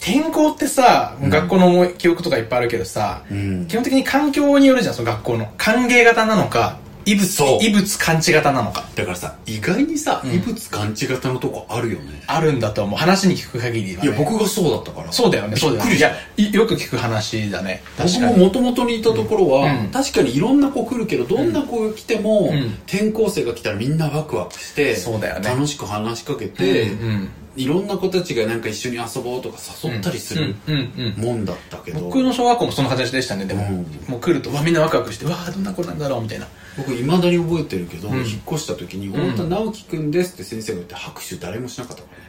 [SPEAKER 1] 転校ってさ、学校の思い記憶とかいっぱいあるけどさ、
[SPEAKER 2] とうん
[SPEAKER 1] 基本的に環境によるじゃん、その学校の。歓迎型なのか、異物
[SPEAKER 2] そう、
[SPEAKER 1] 異物感知型なのか。
[SPEAKER 2] だからさ意外にさ、異物感知型のとこあるよね
[SPEAKER 1] あるんだと思う。話に聞く限りは、
[SPEAKER 2] い
[SPEAKER 1] ね。
[SPEAKER 2] や僕がそうだったから
[SPEAKER 1] そうだよね、そうだよ
[SPEAKER 2] びっくり
[SPEAKER 1] ね。い
[SPEAKER 2] した
[SPEAKER 1] や、いよく聞く話だね。確
[SPEAKER 2] 僕
[SPEAKER 1] か
[SPEAKER 2] も
[SPEAKER 1] に。
[SPEAKER 2] もともとにいたところは、
[SPEAKER 1] うん
[SPEAKER 2] 確かにいろんな子来るけどどんな子が来ても、
[SPEAKER 1] うん
[SPEAKER 2] 転校生が来たらみんなワクワクして
[SPEAKER 1] そうだよね
[SPEAKER 2] 楽しく話しかけて、
[SPEAKER 1] うんうん
[SPEAKER 2] いろんな子たちがなんか一緒に遊ぼうとか誘ったりする
[SPEAKER 1] うんうんうん
[SPEAKER 2] もんだったけど、
[SPEAKER 1] 僕の小学校もその形でしたね、でも。
[SPEAKER 2] うん
[SPEAKER 1] もう来ると、わ、みんなワクワクして、わあ、どんな子なんだろう、みたいな。
[SPEAKER 2] 僕いまだに覚えてるけど、
[SPEAKER 1] ん
[SPEAKER 2] 引っ越した時に「
[SPEAKER 1] ん
[SPEAKER 2] 太田直樹くんです」って先生が言って拍手誰もしなかったからね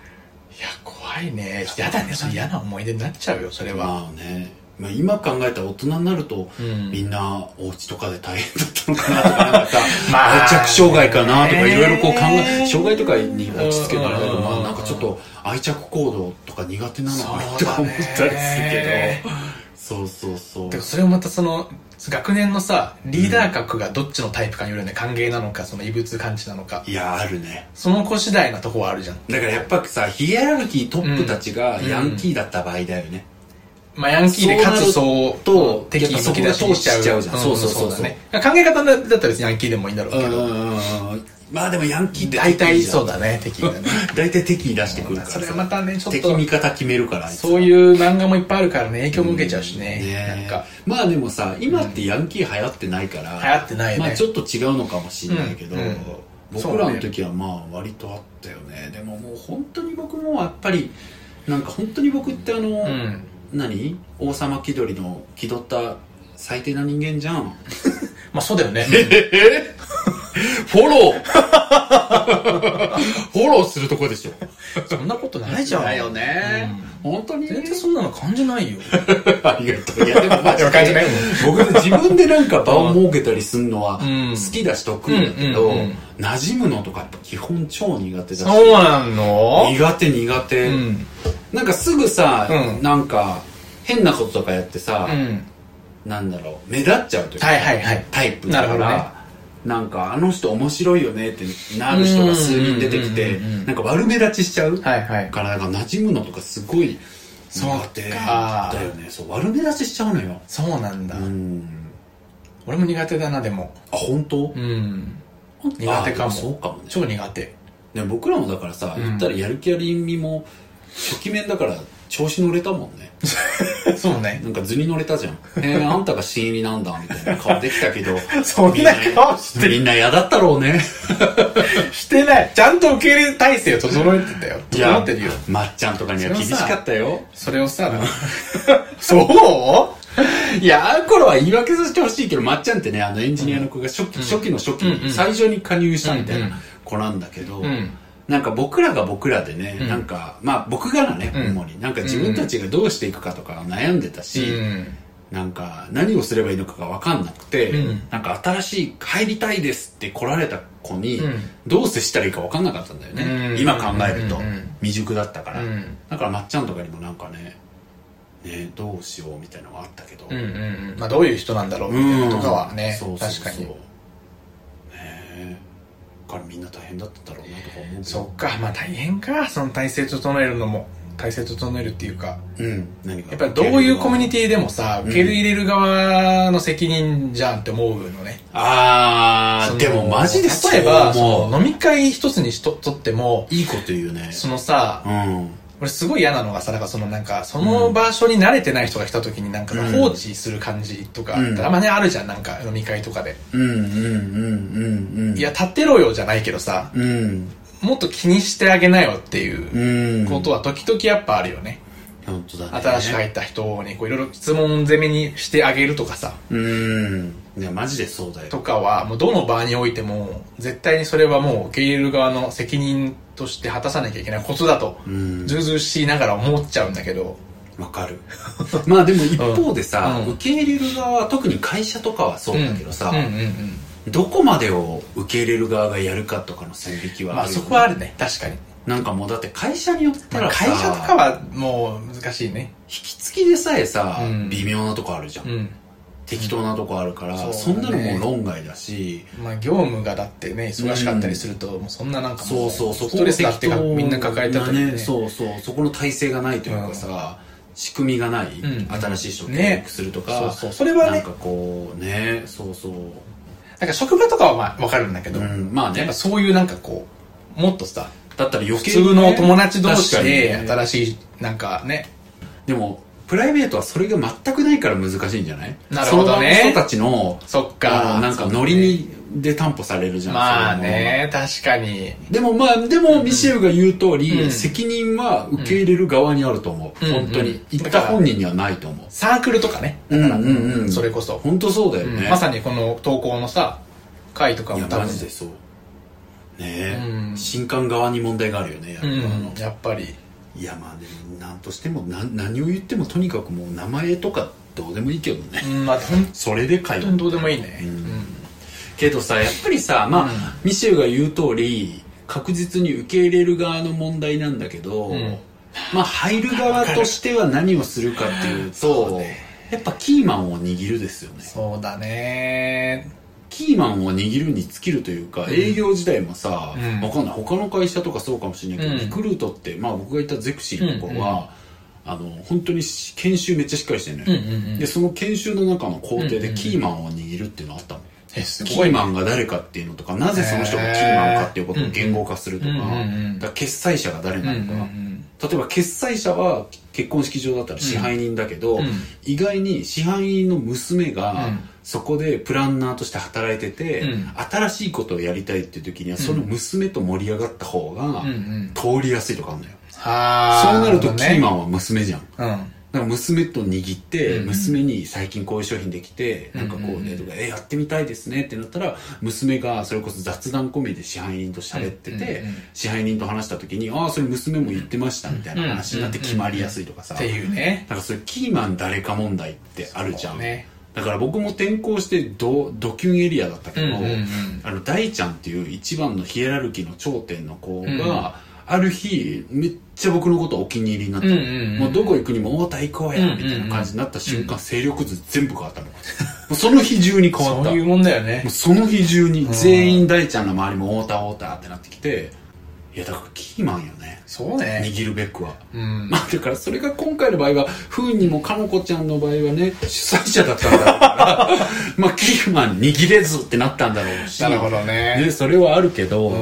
[SPEAKER 1] いや、怖いね。やだね、それ嫌な思い出になっちゃうよ、それは。
[SPEAKER 2] まあね、まあ、今考えたら大人になると、
[SPEAKER 1] うん
[SPEAKER 2] みんなお家とかで大変だったのかなとかなんかさ
[SPEAKER 1] まあ
[SPEAKER 2] 愛着障害かなとか
[SPEAKER 1] ね
[SPEAKER 2] いろいろこう考え障害とかに落ち着けばあれだけど、
[SPEAKER 1] うん
[SPEAKER 2] まあなんかちょっと愛着行動とか苦手なのかな
[SPEAKER 1] そう
[SPEAKER 2] と
[SPEAKER 1] だ
[SPEAKER 2] 思っ
[SPEAKER 1] ね
[SPEAKER 2] たりするけどそうそうそう
[SPEAKER 1] でもそれをまたその学年のさリーダー格がどっちのタイプかによるよね歓迎なのかその異物感知なのか
[SPEAKER 2] いやあるね
[SPEAKER 1] その子次第なとこはあるじゃん
[SPEAKER 2] だからやっぱさヒエラルキートップたちがヤンキーだった場合だよね、
[SPEAKER 1] まあヤンキーでかつそう
[SPEAKER 2] そうなると
[SPEAKER 1] 敵
[SPEAKER 2] やっぱそ
[SPEAKER 1] 向
[SPEAKER 2] こ
[SPEAKER 1] き
[SPEAKER 2] が
[SPEAKER 1] 出しにしちゃ
[SPEAKER 2] 通
[SPEAKER 1] う
[SPEAKER 2] っちゃうじゃんそうそうそうそう
[SPEAKER 1] だね歓迎方だったら別にヤンキーでもいいんだろう
[SPEAKER 2] うん
[SPEAKER 1] け
[SPEAKER 2] うん
[SPEAKER 1] ど
[SPEAKER 2] うんうんまあでもヤンキーって
[SPEAKER 1] 大体そう
[SPEAKER 2] だ
[SPEAKER 1] だね敵がね
[SPEAKER 2] 大体敵に出してくるから
[SPEAKER 1] それはまたねちょっと
[SPEAKER 2] 敵味方決めるからあいつ
[SPEAKER 1] そういう漫画もいっぱいあるからね影響も受けちゃうしね,、
[SPEAKER 2] ね
[SPEAKER 1] なんか
[SPEAKER 2] まあでもさ今ってヤンキー流行ってないから、
[SPEAKER 1] 流行ってないよね
[SPEAKER 2] まあちょっと違うのかもしれないけど、
[SPEAKER 1] うんうん
[SPEAKER 2] 僕らの時はまあ割とあったよねでももう本当に僕もやっぱりなんか本当に僕ってあの、
[SPEAKER 1] うん
[SPEAKER 2] 何王様気取りの気取った最低な人間じゃん
[SPEAKER 1] まあそうだよね
[SPEAKER 2] フォ ローフォローするとこでしょ
[SPEAKER 1] そんなことないじゃん
[SPEAKER 2] だよね、本当に
[SPEAKER 1] 全然そんなの感じないよ
[SPEAKER 2] ありがとう。いや、でもマジ
[SPEAKER 1] でも感じないもん
[SPEAKER 2] 僕自分でなんか場を設けたりするのは
[SPEAKER 1] ん
[SPEAKER 2] 好きだし得意だけど、
[SPEAKER 1] うんうんうん
[SPEAKER 2] 馴染むのとかやっぱ基本超苦手だし。
[SPEAKER 1] そうなの
[SPEAKER 2] 苦手苦手、
[SPEAKER 1] うん
[SPEAKER 2] なんかすぐさ、
[SPEAKER 1] うん
[SPEAKER 2] なんか変なこととかやって
[SPEAKER 1] う
[SPEAKER 2] さ、
[SPEAKER 1] ん
[SPEAKER 2] なんだろう、目立っちゃうというか、
[SPEAKER 1] はいはいはい
[SPEAKER 2] タイプだか
[SPEAKER 1] なる
[SPEAKER 2] ら、
[SPEAKER 1] ほどね
[SPEAKER 2] なんかあの人面白いよねってなる人が数人出てきて
[SPEAKER 1] うんうんうんうん、
[SPEAKER 2] なんか悪目立ちしちゃう。
[SPEAKER 1] はいはい
[SPEAKER 2] からなんか馴染むのとかすごい
[SPEAKER 1] そう
[SPEAKER 2] 苦
[SPEAKER 1] か
[SPEAKER 2] 手だよねそう悪目立ちしちゃうのよ
[SPEAKER 1] そうなんだ、
[SPEAKER 2] うん
[SPEAKER 1] 俺も苦手だなでも
[SPEAKER 2] あ本当
[SPEAKER 1] うん苦手か
[SPEAKER 2] あ
[SPEAKER 1] も
[SPEAKER 2] そうかもね
[SPEAKER 1] 超苦手
[SPEAKER 2] ね僕らもだからさ
[SPEAKER 1] うん
[SPEAKER 2] 言ったらやる気ありみも初期面だから調子乗れたもんね
[SPEAKER 1] そうね
[SPEAKER 2] なんか図に乗れた じゃんえー、あんたが新入りなんだみたいな顔できたけど
[SPEAKER 1] そんな顔して
[SPEAKER 2] みんな嫌だったろう ね
[SPEAKER 1] してないちゃんと受け入れる体制を整えてたよ
[SPEAKER 2] いや
[SPEAKER 1] 整ってるよ
[SPEAKER 2] まっちゃんとかには厳しかったよ
[SPEAKER 1] それをさ そう
[SPEAKER 2] いや、あの頃は言い訳させてほしいけど、まっちゃんってね、あのエンジニアの子が初期、初期の初期に、
[SPEAKER 1] うんうん
[SPEAKER 2] 最初に加入したみたい
[SPEAKER 1] うんうん
[SPEAKER 2] な子なんだけど、
[SPEAKER 1] ん
[SPEAKER 2] なんか僕らが僕らでね、
[SPEAKER 1] ん
[SPEAKER 2] なんか、まあ僕がだね、
[SPEAKER 1] うん
[SPEAKER 2] 主に、なんか自分たちがどうしていくかとか悩んでたし、
[SPEAKER 1] うん
[SPEAKER 2] なんか何をすればいいのかがわかんなくて、
[SPEAKER 1] うん
[SPEAKER 2] なんか新しい入りたいですって来られた子に、
[SPEAKER 1] うん
[SPEAKER 2] どう接したらいいかわかんなかったんだよね、
[SPEAKER 1] うん
[SPEAKER 2] 今考えると、
[SPEAKER 1] うんうん
[SPEAKER 2] 未熟だったから、
[SPEAKER 1] うん
[SPEAKER 2] だからまっちゃんとかにもなんかね、ねどうしようみたいなのがあったけど、
[SPEAKER 1] うんうんうんまあどういう人なんだろうみたいなとかはね
[SPEAKER 2] そうそうそう
[SPEAKER 1] 確かに
[SPEAKER 2] ねえだからみんな大変だったんだろうなとか思うけど
[SPEAKER 1] そっかまあ大変かその体制整えるのも体制整えるっていうか
[SPEAKER 2] うん何か
[SPEAKER 1] やっぱりどういうコミュニ
[SPEAKER 2] ィ
[SPEAKER 1] ティでもさ受け入れる側の責任じゃんって思うのね
[SPEAKER 2] あ
[SPEAKER 1] そ
[SPEAKER 2] あ
[SPEAKER 1] の
[SPEAKER 2] でもマジでそう
[SPEAKER 1] 例えばそ
[SPEAKER 2] も
[SPEAKER 1] の飲み会一つにしととっても
[SPEAKER 2] ういいこと言うね
[SPEAKER 1] そのさ
[SPEAKER 2] うん
[SPEAKER 1] 俺すごい嫌なのがさなんかそのなんかその場所に慣れてない人が来た時になんかさ
[SPEAKER 2] うん
[SPEAKER 1] 放置する感じとか、
[SPEAKER 2] うん
[SPEAKER 1] たまにあるじゃんなんか飲み会とかで、
[SPEAKER 2] うんうんうんうんうん
[SPEAKER 1] いや立ってろよじゃないけどさ
[SPEAKER 2] うん
[SPEAKER 1] もっと気にしてあげなよっていう
[SPEAKER 2] うん
[SPEAKER 1] ことは時々やっぱあるよね、
[SPEAKER 2] 本当だね
[SPEAKER 1] 新しく入った人にこういろいろ質問攻めにしてあげるとかさ
[SPEAKER 2] うんいやマジでそうだよ
[SPEAKER 1] とかはもうどの場においても絶対にそれはもう受け入れる側の責任として果たさなきゃいけないことだと
[SPEAKER 2] うん
[SPEAKER 1] ずうずうしいながら思っちゃうんだけど
[SPEAKER 2] わかる まあでも一方でさ、
[SPEAKER 1] うん
[SPEAKER 2] 受け入れる側は特に会社とかはそうだけどさ、
[SPEAKER 1] うんうんうん
[SPEAKER 2] どこまでを受け入れる側がやるかとかの線引きはある
[SPEAKER 1] まあ
[SPEAKER 2] よね
[SPEAKER 1] そこはあるね確かに
[SPEAKER 2] なんかもうだって会社によった
[SPEAKER 1] まあ
[SPEAKER 2] らさ
[SPEAKER 1] 会社とかはもう難しいね
[SPEAKER 2] 引き継ぎでさえさ、
[SPEAKER 1] うん
[SPEAKER 2] 微妙なとこあるじゃん、
[SPEAKER 1] うん
[SPEAKER 2] 適当なとこあるから、
[SPEAKER 1] うん
[SPEAKER 2] そんなのもう
[SPEAKER 1] そうだね
[SPEAKER 2] 論外だし
[SPEAKER 1] まあ業務がだってね忙しかったりするともうそんななんかも
[SPEAKER 2] そうそうそこ
[SPEAKER 1] ストレスだってが
[SPEAKER 2] 適当
[SPEAKER 1] みんな抱えてたり
[SPEAKER 2] ね
[SPEAKER 1] ね
[SPEAKER 2] そうそうそこの体制がないというかさ、仕組みがない、
[SPEAKER 1] うん
[SPEAKER 2] 新しい人を教
[SPEAKER 1] ね
[SPEAKER 2] 育するとか、
[SPEAKER 1] そうそうそれはね
[SPEAKER 2] なんかこうねそうそう、
[SPEAKER 1] なんか職場とかはまあわかるんだけど
[SPEAKER 2] う
[SPEAKER 1] や
[SPEAKER 2] ん、まあ
[SPEAKER 1] っ
[SPEAKER 2] ね
[SPEAKER 1] ぱそういうなんかこうもっとさ
[SPEAKER 2] だったら余
[SPEAKER 1] 普
[SPEAKER 2] 計
[SPEAKER 1] 通の友達同士で
[SPEAKER 2] 確かにね
[SPEAKER 1] 新しいなんかね
[SPEAKER 2] でもプライベートはそれが全くないから難しいんじゃない
[SPEAKER 1] なるほどね
[SPEAKER 2] その人たちの
[SPEAKER 1] そっか
[SPEAKER 2] あのなんかノリにで担保されるじゃん
[SPEAKER 1] まあ
[SPEAKER 2] それも
[SPEAKER 1] ね確かに
[SPEAKER 2] でもまあでもミシェルが言う通り、
[SPEAKER 1] うん
[SPEAKER 2] 責任は受け入れる側にあると思う、
[SPEAKER 1] うん
[SPEAKER 2] 本当に、
[SPEAKER 1] うん
[SPEAKER 2] 言った本人にはないと思う
[SPEAKER 1] サークルとかねだから
[SPEAKER 2] うんうんうん
[SPEAKER 1] それこそ
[SPEAKER 2] 本当そうだよね、
[SPEAKER 1] うんまさにこの投稿のさ回とか
[SPEAKER 2] い
[SPEAKER 1] も
[SPEAKER 2] や
[SPEAKER 1] 多
[SPEAKER 2] マ
[SPEAKER 1] 分
[SPEAKER 2] ジでそうねえ、
[SPEAKER 1] うん
[SPEAKER 2] 新刊側に問題があるよねやっぱ
[SPEAKER 1] う
[SPEAKER 2] あの
[SPEAKER 1] んやっぱり
[SPEAKER 2] いやまあでも何としてもな何を言ってもとにかくもう名前とかどうでもいいけどね、
[SPEAKER 1] うんまあ本
[SPEAKER 2] それでかよ
[SPEAKER 1] 当にどうでもいいね
[SPEAKER 2] うん
[SPEAKER 1] うん
[SPEAKER 2] けどさやっぱりさまあ、ミシェルが言う通り確実に受け入れる側の問題なんだけど、
[SPEAKER 1] ん
[SPEAKER 2] まあ入る側としては何をするかっていうとやっぱキーマンを握るですよね
[SPEAKER 1] そうだね
[SPEAKER 2] キーマンを握るに尽きるというか、営業時代もさ、
[SPEAKER 1] うん
[SPEAKER 2] わかんない他の会社とかそうかもしれないけど、
[SPEAKER 1] うん
[SPEAKER 2] リクルートって、まあ、僕がいたゼクシーの子は、あの本当にし研修めっちゃしっかりしてるのよ、
[SPEAKER 1] うんうんうん
[SPEAKER 2] でその研修の中の工程でキーマンを握るっていうのあったの、
[SPEAKER 1] えす
[SPEAKER 2] キーマンが誰かっていうのとかなぜその人がキーマンかっていうことを言語化するとか,、
[SPEAKER 1] うんうんうん
[SPEAKER 2] だから決裁者が誰
[SPEAKER 1] うん
[SPEAKER 2] な
[SPEAKER 1] うんう
[SPEAKER 2] のか、
[SPEAKER 1] ん
[SPEAKER 2] 例えば決裁者は結婚式場だったら支配人だけど、
[SPEAKER 1] うん
[SPEAKER 2] 意外に支配人の娘が
[SPEAKER 1] うん
[SPEAKER 2] そこでプランナーとして働いてて、
[SPEAKER 1] うん
[SPEAKER 2] 新しいことをやりたいっていう時にはその娘と盛り上がった方が
[SPEAKER 1] うんうん
[SPEAKER 2] 通りやすいとかあるのよ、
[SPEAKER 1] はあ
[SPEAKER 2] そうなるとキーマ
[SPEAKER 1] ン
[SPEAKER 2] ンは娘じゃんだから娘と握って
[SPEAKER 1] うん
[SPEAKER 2] 娘に最近こういう商品できてなんかこうねとかえやってみたいですねってなったら娘がそれこそ雑談込みで支配人と喋ってて
[SPEAKER 1] うんうんうん
[SPEAKER 2] 支配人と話した時にああそれ娘も言ってましたみたいな話になって決まりやすいとかさ
[SPEAKER 1] っていうね
[SPEAKER 2] なんかそれキーマン誰か問題ってあるじゃん、
[SPEAKER 1] そうね
[SPEAKER 2] だから僕も転校してドドキュンエリアだったけど、
[SPEAKER 1] うんうんうん
[SPEAKER 2] あの大ちゃんっていう一番のヒエラルキーの頂点の子が、
[SPEAKER 1] うん
[SPEAKER 2] ある日めっちゃ僕のことお気に入りになったの、
[SPEAKER 1] うんうんうん
[SPEAKER 2] もうどこ行くにも「太田行こう
[SPEAKER 1] うんうん
[SPEAKER 2] や」
[SPEAKER 1] う
[SPEAKER 2] み
[SPEAKER 1] ん
[SPEAKER 2] たいな感じになった瞬間、勢力図全部変わったのもうその日中に変わ
[SPEAKER 1] そ
[SPEAKER 2] っ
[SPEAKER 1] う
[SPEAKER 2] た
[SPEAKER 1] いうもんだよね
[SPEAKER 2] もうその日中に全員大ちゃんの周りも「太田太田」ってなってきていやだからキーマンよね
[SPEAKER 1] そうね
[SPEAKER 2] 握るべくは。
[SPEAKER 1] うん
[SPEAKER 2] まあだからそれが今回の場合は、不運にもかのこちゃんの場合はね、主催者だったんだろうから、 まあキーマン握れずってなったんだろうし。
[SPEAKER 1] なるほどね
[SPEAKER 2] ね、それはあるけど、
[SPEAKER 1] う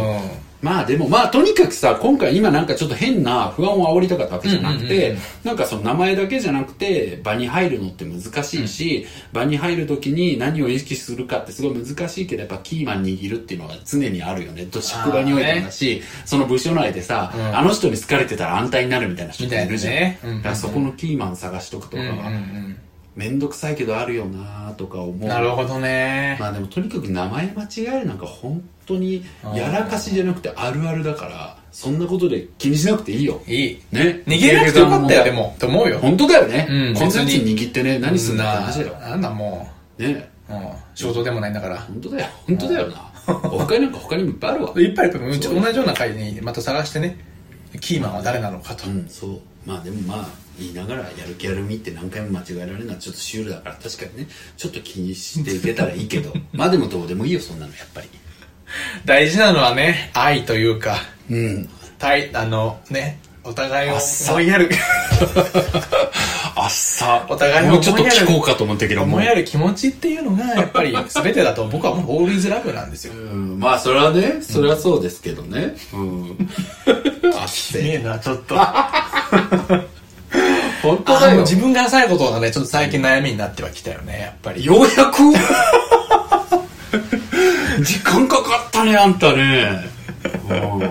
[SPEAKER 2] まあでもまあとにかくさ、今回今なんかちょっと変な不安を煽りたかったわけじゃなく
[SPEAKER 1] うんうん
[SPEAKER 2] て、
[SPEAKER 1] うんうん
[SPEAKER 2] なんかその名前だけじゃなくて、場に入るのって難しいし、場に入る時に何を意識するかってすごい難しいけど、やっぱキーマン握るっていうのは常にあるよね。ど職場においてもだし、その部署内でさ、
[SPEAKER 1] うん
[SPEAKER 2] あの人に好かれてたら安泰になるみたいな人もいるじゃん。
[SPEAKER 1] みたいなねうんうんうん
[SPEAKER 2] だからそこのキーマン探しとくと
[SPEAKER 1] ん
[SPEAKER 2] か
[SPEAKER 1] うんうんう
[SPEAKER 2] は、
[SPEAKER 1] ん
[SPEAKER 2] めんどくさいけどあるよなとか思う。
[SPEAKER 1] なるほどね
[SPEAKER 2] まあでもとにかく名前間違えるなんか本当にやらかしじゃなくてあるあるだからそんなことで気にしなくていいよ
[SPEAKER 1] いい
[SPEAKER 2] ね
[SPEAKER 1] 逃げなくてよかったよでもと思うよ
[SPEAKER 2] 本当だよね、
[SPEAKER 1] うん
[SPEAKER 2] こんなやつ
[SPEAKER 1] 別に
[SPEAKER 2] 握ってね何すんだって
[SPEAKER 1] な
[SPEAKER 2] 話だよ
[SPEAKER 1] なんだも
[SPEAKER 2] ね
[SPEAKER 1] ううん仕事でもないんだから
[SPEAKER 2] 本当だよ本当だよなオフ会なんか他にもいっぱいあ るわ
[SPEAKER 1] いっぱいいっぱいうち同じような会にまた探してねキーマンは誰なのかと
[SPEAKER 2] うんそうまあでもまあ言いながらやる気やるみって何回も間違えられるのはちょっとシュールだから確かにねちょっと気にしていけたらいいけ どまあでもどうでもいいよそんなのやっぱり
[SPEAKER 1] 大事なのはね愛というか
[SPEAKER 2] うん
[SPEAKER 1] たいあのねお互いを
[SPEAKER 2] あっさ
[SPEAKER 1] 思いやる
[SPEAKER 2] あっさ
[SPEAKER 1] お互い
[SPEAKER 2] も
[SPEAKER 1] を
[SPEAKER 2] うちょっ
[SPEAKER 1] 思
[SPEAKER 2] と
[SPEAKER 1] いやる
[SPEAKER 2] 聞こうかと思ったけども
[SPEAKER 1] 思
[SPEAKER 2] う
[SPEAKER 1] いやる気持ちっていうのがやっぱり全てだと僕はもうオールイズラブなんです よ
[SPEAKER 2] うんまあそれはねそれはそうですけどねうん あっ
[SPEAKER 1] ね
[SPEAKER 2] せ
[SPEAKER 1] えなちょっと
[SPEAKER 2] 本当
[SPEAKER 1] あ
[SPEAKER 2] だ
[SPEAKER 1] の
[SPEAKER 2] よ
[SPEAKER 1] 自分が浅いことがねちょっと最近悩みになってはきたよねやっぱり
[SPEAKER 2] ようや く時間かかったねあんたねうん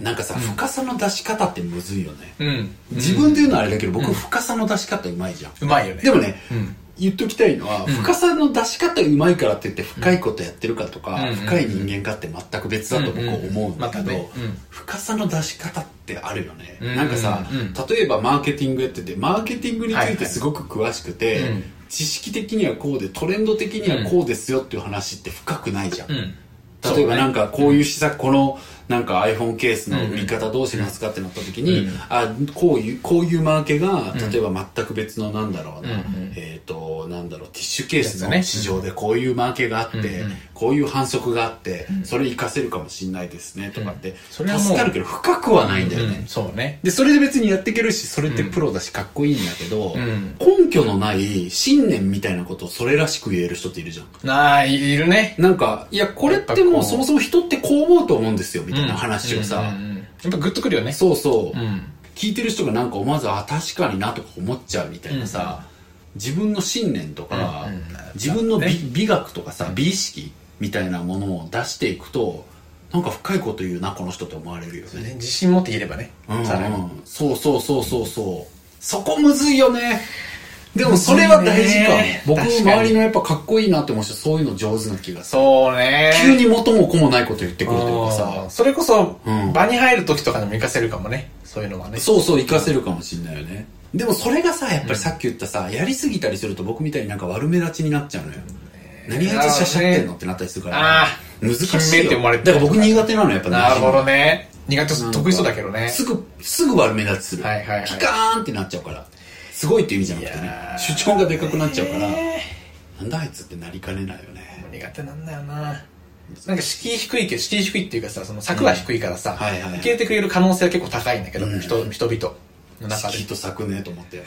[SPEAKER 2] なんかさ深さの出し方ってむずいよね
[SPEAKER 1] うん
[SPEAKER 2] 自分で言うのはあれだけど僕深さの出し方うまいじゃん
[SPEAKER 1] うまいよね
[SPEAKER 2] でもね、
[SPEAKER 1] うん
[SPEAKER 2] 言っときたいのは、深さの出し方うまいからって言って深いことやってるかとか、
[SPEAKER 1] うん
[SPEAKER 2] 深い人間かって全く別だと僕は思うんだけど、
[SPEAKER 1] うんうんうんまたねうん
[SPEAKER 2] 深さの出し方ってあるよね、
[SPEAKER 1] うん
[SPEAKER 2] なんかさ、
[SPEAKER 1] うん
[SPEAKER 2] 例えばマーケティングやっててマーケティングにつ
[SPEAKER 1] はいいは
[SPEAKER 2] て
[SPEAKER 1] い
[SPEAKER 2] すごく詳しくて、
[SPEAKER 1] うん
[SPEAKER 2] 知識的にはこうでトレンド的にはこうですよっていう話って深くないじゃん、
[SPEAKER 1] うん
[SPEAKER 2] 例えばなん
[SPEAKER 1] か
[SPEAKER 2] かこういう施策、このなんか iPhone ケースの売り方どうしますかってなった時に、
[SPEAKER 1] うん
[SPEAKER 2] あこういうこういうマーケが例えば全く別のなんだろうな、
[SPEAKER 1] うんうん
[SPEAKER 2] えっ、となんだろうティッシュケース
[SPEAKER 1] やつねう
[SPEAKER 2] の
[SPEAKER 1] ん
[SPEAKER 2] 市場でこういうマーケがあって、
[SPEAKER 1] うんうん
[SPEAKER 2] こういう反則があって、それ活かせるかもしれないですねとかって、
[SPEAKER 1] それはもう
[SPEAKER 2] 助かるけど深くはないんだよね。
[SPEAKER 1] うんそうね
[SPEAKER 2] で、それで別にやっていけるし、それってプロだし、かっこいいんだけど、
[SPEAKER 1] うん
[SPEAKER 2] 根拠のない信念みたいなことをそれらしく言える人っているじゃん。
[SPEAKER 1] なあいいるね
[SPEAKER 2] なんか、いや、これってもうそもそも人ってこう思うと思うんですよ、みたいな話をさ、
[SPEAKER 1] うんうんうんやっぱグッとくるよね
[SPEAKER 2] そうそう、
[SPEAKER 1] うん
[SPEAKER 2] 聞いてる人がなんか思わず、あ、確かになとか思っちゃうみたいなさ、自分の信念とか、
[SPEAKER 1] うんうん
[SPEAKER 2] 自分の美,、
[SPEAKER 1] ね
[SPEAKER 2] 美学とかさ、美意識みたいなものを出していくと、なんか深いこと言うな、この人って思われるよね。
[SPEAKER 1] 自信持っていればね
[SPEAKER 2] うんうん
[SPEAKER 1] さらに
[SPEAKER 2] そうそうそうそうそう。そこむずいよね。でもそれは大事かも
[SPEAKER 1] むずいね。
[SPEAKER 2] 僕の
[SPEAKER 1] 確かに
[SPEAKER 2] 周りのやっぱかっこいいなって思う人、そういうの上手な気がする。
[SPEAKER 1] そうね
[SPEAKER 2] 急に元も子もないこと言ってくるというか
[SPEAKER 1] う
[SPEAKER 2] さ
[SPEAKER 1] ん、それこそ
[SPEAKER 2] うん
[SPEAKER 1] 場に入る時とかにも活かせるかもねそういうのはね
[SPEAKER 2] そうそう活かせるかもしんないよね。でもそれがさ、やっぱりさっき言ったさ、やりすぎたりすると僕みたいになんか悪目立ちになっちゃうのよ。何がやつしゃしゃってんのってなったりするから
[SPEAKER 1] あー
[SPEAKER 2] 難しいよ
[SPEAKER 1] 金面って思われて
[SPEAKER 2] だ
[SPEAKER 1] る
[SPEAKER 2] から僕苦手なのやっぱね
[SPEAKER 1] なるほどね。苦手そう、得意そうだけどね。
[SPEAKER 2] すぐすぐ悪目立ちする、
[SPEAKER 1] はいはいはい
[SPEAKER 2] ピカーンってなっちゃうからすごいっていう意味じゃなくて
[SPEAKER 1] い
[SPEAKER 2] ね
[SPEAKER 1] やー
[SPEAKER 2] 主張がでかくなっちゃうから、
[SPEAKER 1] ね
[SPEAKER 2] なんだあいつってなりかねないよね
[SPEAKER 1] 苦手なんだよな。なんか敷居低いけど、敷居低いっていうかさ、その柵は低いからさ、
[SPEAKER 2] はいはいはい
[SPEAKER 1] 受け入れてくれる可能性は結構高いんだけど、
[SPEAKER 2] うん
[SPEAKER 1] 人人々の中で
[SPEAKER 2] きっ。と咲くねと思って。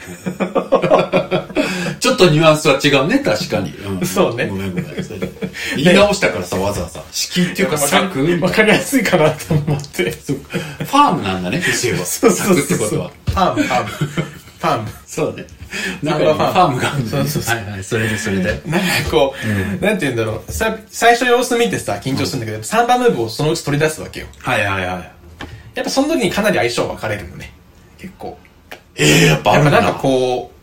[SPEAKER 2] ちょっとニュアンスは違うね、確かに。ん
[SPEAKER 1] そうね
[SPEAKER 2] ごめんごめん。それで言い直したからさ、わざわざ。敷居っていうか咲くみた
[SPEAKER 1] わ
[SPEAKER 2] い
[SPEAKER 1] かりやすいかなと思って。
[SPEAKER 2] なファームなんだ ね、節は。
[SPEAKER 1] そうそう
[SPEAKER 2] 咲くっ
[SPEAKER 1] そう
[SPEAKER 2] てこ
[SPEAKER 1] そ
[SPEAKER 2] と
[SPEAKER 1] う
[SPEAKER 2] は。。
[SPEAKER 1] パーム、パーム。パーム。
[SPEAKER 2] そうね。
[SPEAKER 1] な
[SPEAKER 2] 中
[SPEAKER 1] ん
[SPEAKER 2] に
[SPEAKER 1] か
[SPEAKER 2] フ
[SPEAKER 1] ファ
[SPEAKER 2] ァ
[SPEAKER 1] ー
[SPEAKER 2] ー
[SPEAKER 1] ム
[SPEAKER 2] ムがあるんだね
[SPEAKER 1] そうそうそう
[SPEAKER 2] はいはい、それでそれで。
[SPEAKER 1] なんかこう、なんて言うんだろう。さ最初様子見てさ、緊張するんだけど、サンバムーブをそのうち取り出すわけよ。
[SPEAKER 2] はいはいはい。
[SPEAKER 1] やっぱその時にかなり相性分かれるよね。結構。
[SPEAKER 2] ええ、やっぱあ
[SPEAKER 1] や
[SPEAKER 2] る
[SPEAKER 1] っ
[SPEAKER 2] ん
[SPEAKER 1] ぱ
[SPEAKER 2] だ
[SPEAKER 1] なんかこう、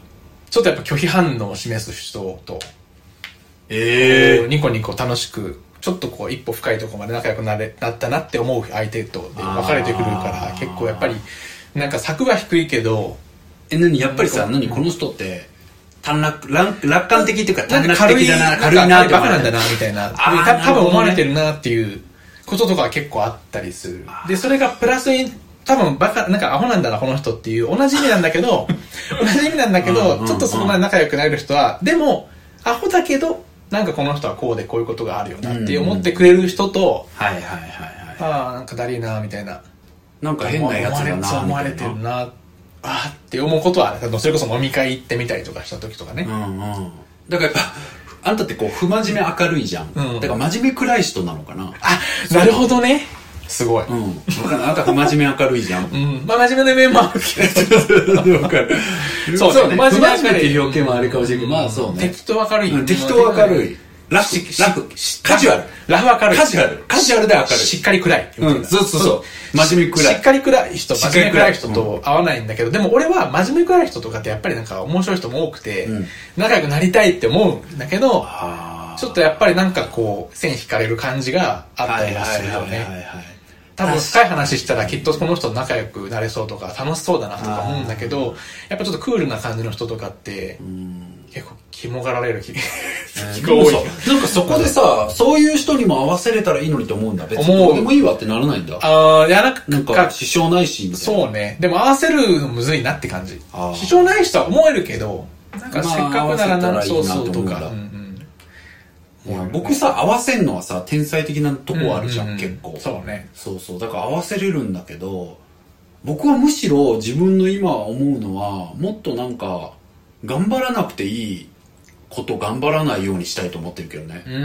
[SPEAKER 1] ちょっとやっぱ拒否反応を示す人と、
[SPEAKER 2] ええ。
[SPEAKER 1] ニコニコ楽しく、ちょっとこう一歩深いところまで仲良くなれなったなって思う相手とで分かれてくるか
[SPEAKER 2] あ
[SPEAKER 1] ら、
[SPEAKER 2] ー
[SPEAKER 1] 結構やっぱり、なんか柵は低いけど、
[SPEAKER 2] え、なに、やっぱりさ、なに、この人って、短絡、楽楽観的っていうか、短絡的だな、軽いな
[SPEAKER 1] な
[SPEAKER 2] っ
[SPEAKER 1] ん
[SPEAKER 2] て思
[SPEAKER 1] かバ
[SPEAKER 2] われ
[SPEAKER 1] カなん
[SPEAKER 2] て
[SPEAKER 1] だな、みたいな。
[SPEAKER 2] あー
[SPEAKER 1] た多
[SPEAKER 2] なるほど
[SPEAKER 1] 分
[SPEAKER 2] ね
[SPEAKER 1] 思われてるなっていうこととかは結構あったりする。で、それがプラスに、多分バカ、なんかアホなんだな、この人っていう、同じ意味なんだ けど、同じ意味なんだけ
[SPEAKER 2] うんうんう
[SPEAKER 1] ど、
[SPEAKER 2] ん
[SPEAKER 1] ちょっとそこまで仲良くなれる人は、でも、アホだけど、なんかこの人はこうでこういうことがあるよなって思ってくれる人と、
[SPEAKER 2] はいはいはいはい。
[SPEAKER 1] ああ、なんかだりーな、みたいな。
[SPEAKER 2] なんか変なやつだなみたいな。
[SPEAKER 1] 思われてるな、ああって思うことはある、それこそ飲み会行ってみたりとかした時とかね。
[SPEAKER 2] うんうん。だからやっぱ、あんたってこう、不真面目明るいじゃん。
[SPEAKER 1] うん
[SPEAKER 2] だから真面目暗い人なのかな。
[SPEAKER 1] あ、なるほどね。すごい。
[SPEAKER 2] うん。わかんないあんた不真面目明るいじゃん。
[SPEAKER 1] うん、まあ真面目な面もあるけ
[SPEAKER 2] わかる。
[SPEAKER 1] ど。
[SPEAKER 2] そうね。不真面
[SPEAKER 1] 明
[SPEAKER 2] 目
[SPEAKER 1] る
[SPEAKER 2] っていう表現もあれかもしれないけど、まあそうね。
[SPEAKER 1] 適当明るい。
[SPEAKER 2] うん適当明るい。。ラフ、ラフ、カジュアル。
[SPEAKER 1] ラフ明るい。
[SPEAKER 2] カジュアル。カジュアルで明る
[SPEAKER 1] しっかり暗い。
[SPEAKER 2] い。うん、そうそうそう。真面目暗
[SPEAKER 1] しっ
[SPEAKER 2] い。
[SPEAKER 1] かり暗い人、
[SPEAKER 2] しっ
[SPEAKER 1] 真
[SPEAKER 2] か
[SPEAKER 1] 面
[SPEAKER 2] り暗い
[SPEAKER 1] 目暗い人と合わないんだけど、でも俺は真面目暗い人とかってやっぱりなんか面白い人も多くて
[SPEAKER 2] うん、
[SPEAKER 1] 仲良くなりたいって思うんだけど、
[SPEAKER 2] あ
[SPEAKER 1] ちょっとやっぱりなんかこう、線引かれる感じがあ
[SPEAKER 2] あ
[SPEAKER 1] った
[SPEAKER 2] はい
[SPEAKER 1] りは
[SPEAKER 2] はい
[SPEAKER 1] する
[SPEAKER 2] は
[SPEAKER 1] よ
[SPEAKER 2] いはい
[SPEAKER 1] ね。
[SPEAKER 2] はい。
[SPEAKER 1] 多分深い話したらきっとこの人と仲良くなれそうとか楽しそうだなとか思うんだけど、やっぱちょっとクールな感じの人とかって、結構キモがられる 気
[SPEAKER 2] でもさなんかそこでさ、そういう人にも合わせれたらいいのにと思うんだ。別に
[SPEAKER 1] 思う
[SPEAKER 2] どうでもいいわってならないんだ。
[SPEAKER 1] ああ、いやなんか、
[SPEAKER 2] なんか、支障ないし、みたいな。
[SPEAKER 1] そうね。でも合わせるのむずいなって感じ
[SPEAKER 2] あ。ー
[SPEAKER 1] 支障ない人は思えるけど、なんか
[SPEAKER 2] まあ
[SPEAKER 1] せっかくなら
[SPEAKER 2] 合
[SPEAKER 1] な、
[SPEAKER 2] わせたら
[SPEAKER 1] そ
[SPEAKER 2] いういな
[SPEAKER 1] そう
[SPEAKER 2] と
[SPEAKER 1] と
[SPEAKER 2] 思うんだ
[SPEAKER 1] か。うん
[SPEAKER 2] ほら僕さ、合わせんのはさ、天才的なとこあるじゃ、
[SPEAKER 1] うんんうんうん
[SPEAKER 2] 結構。
[SPEAKER 1] そうね。
[SPEAKER 2] そうそう。だから合わせれるんだけど、僕はむしろ自分の今思うのは、もっとなんか、頑張らなくていいこと頑張らないようにしたいと思ってるけどね
[SPEAKER 1] う。ん。う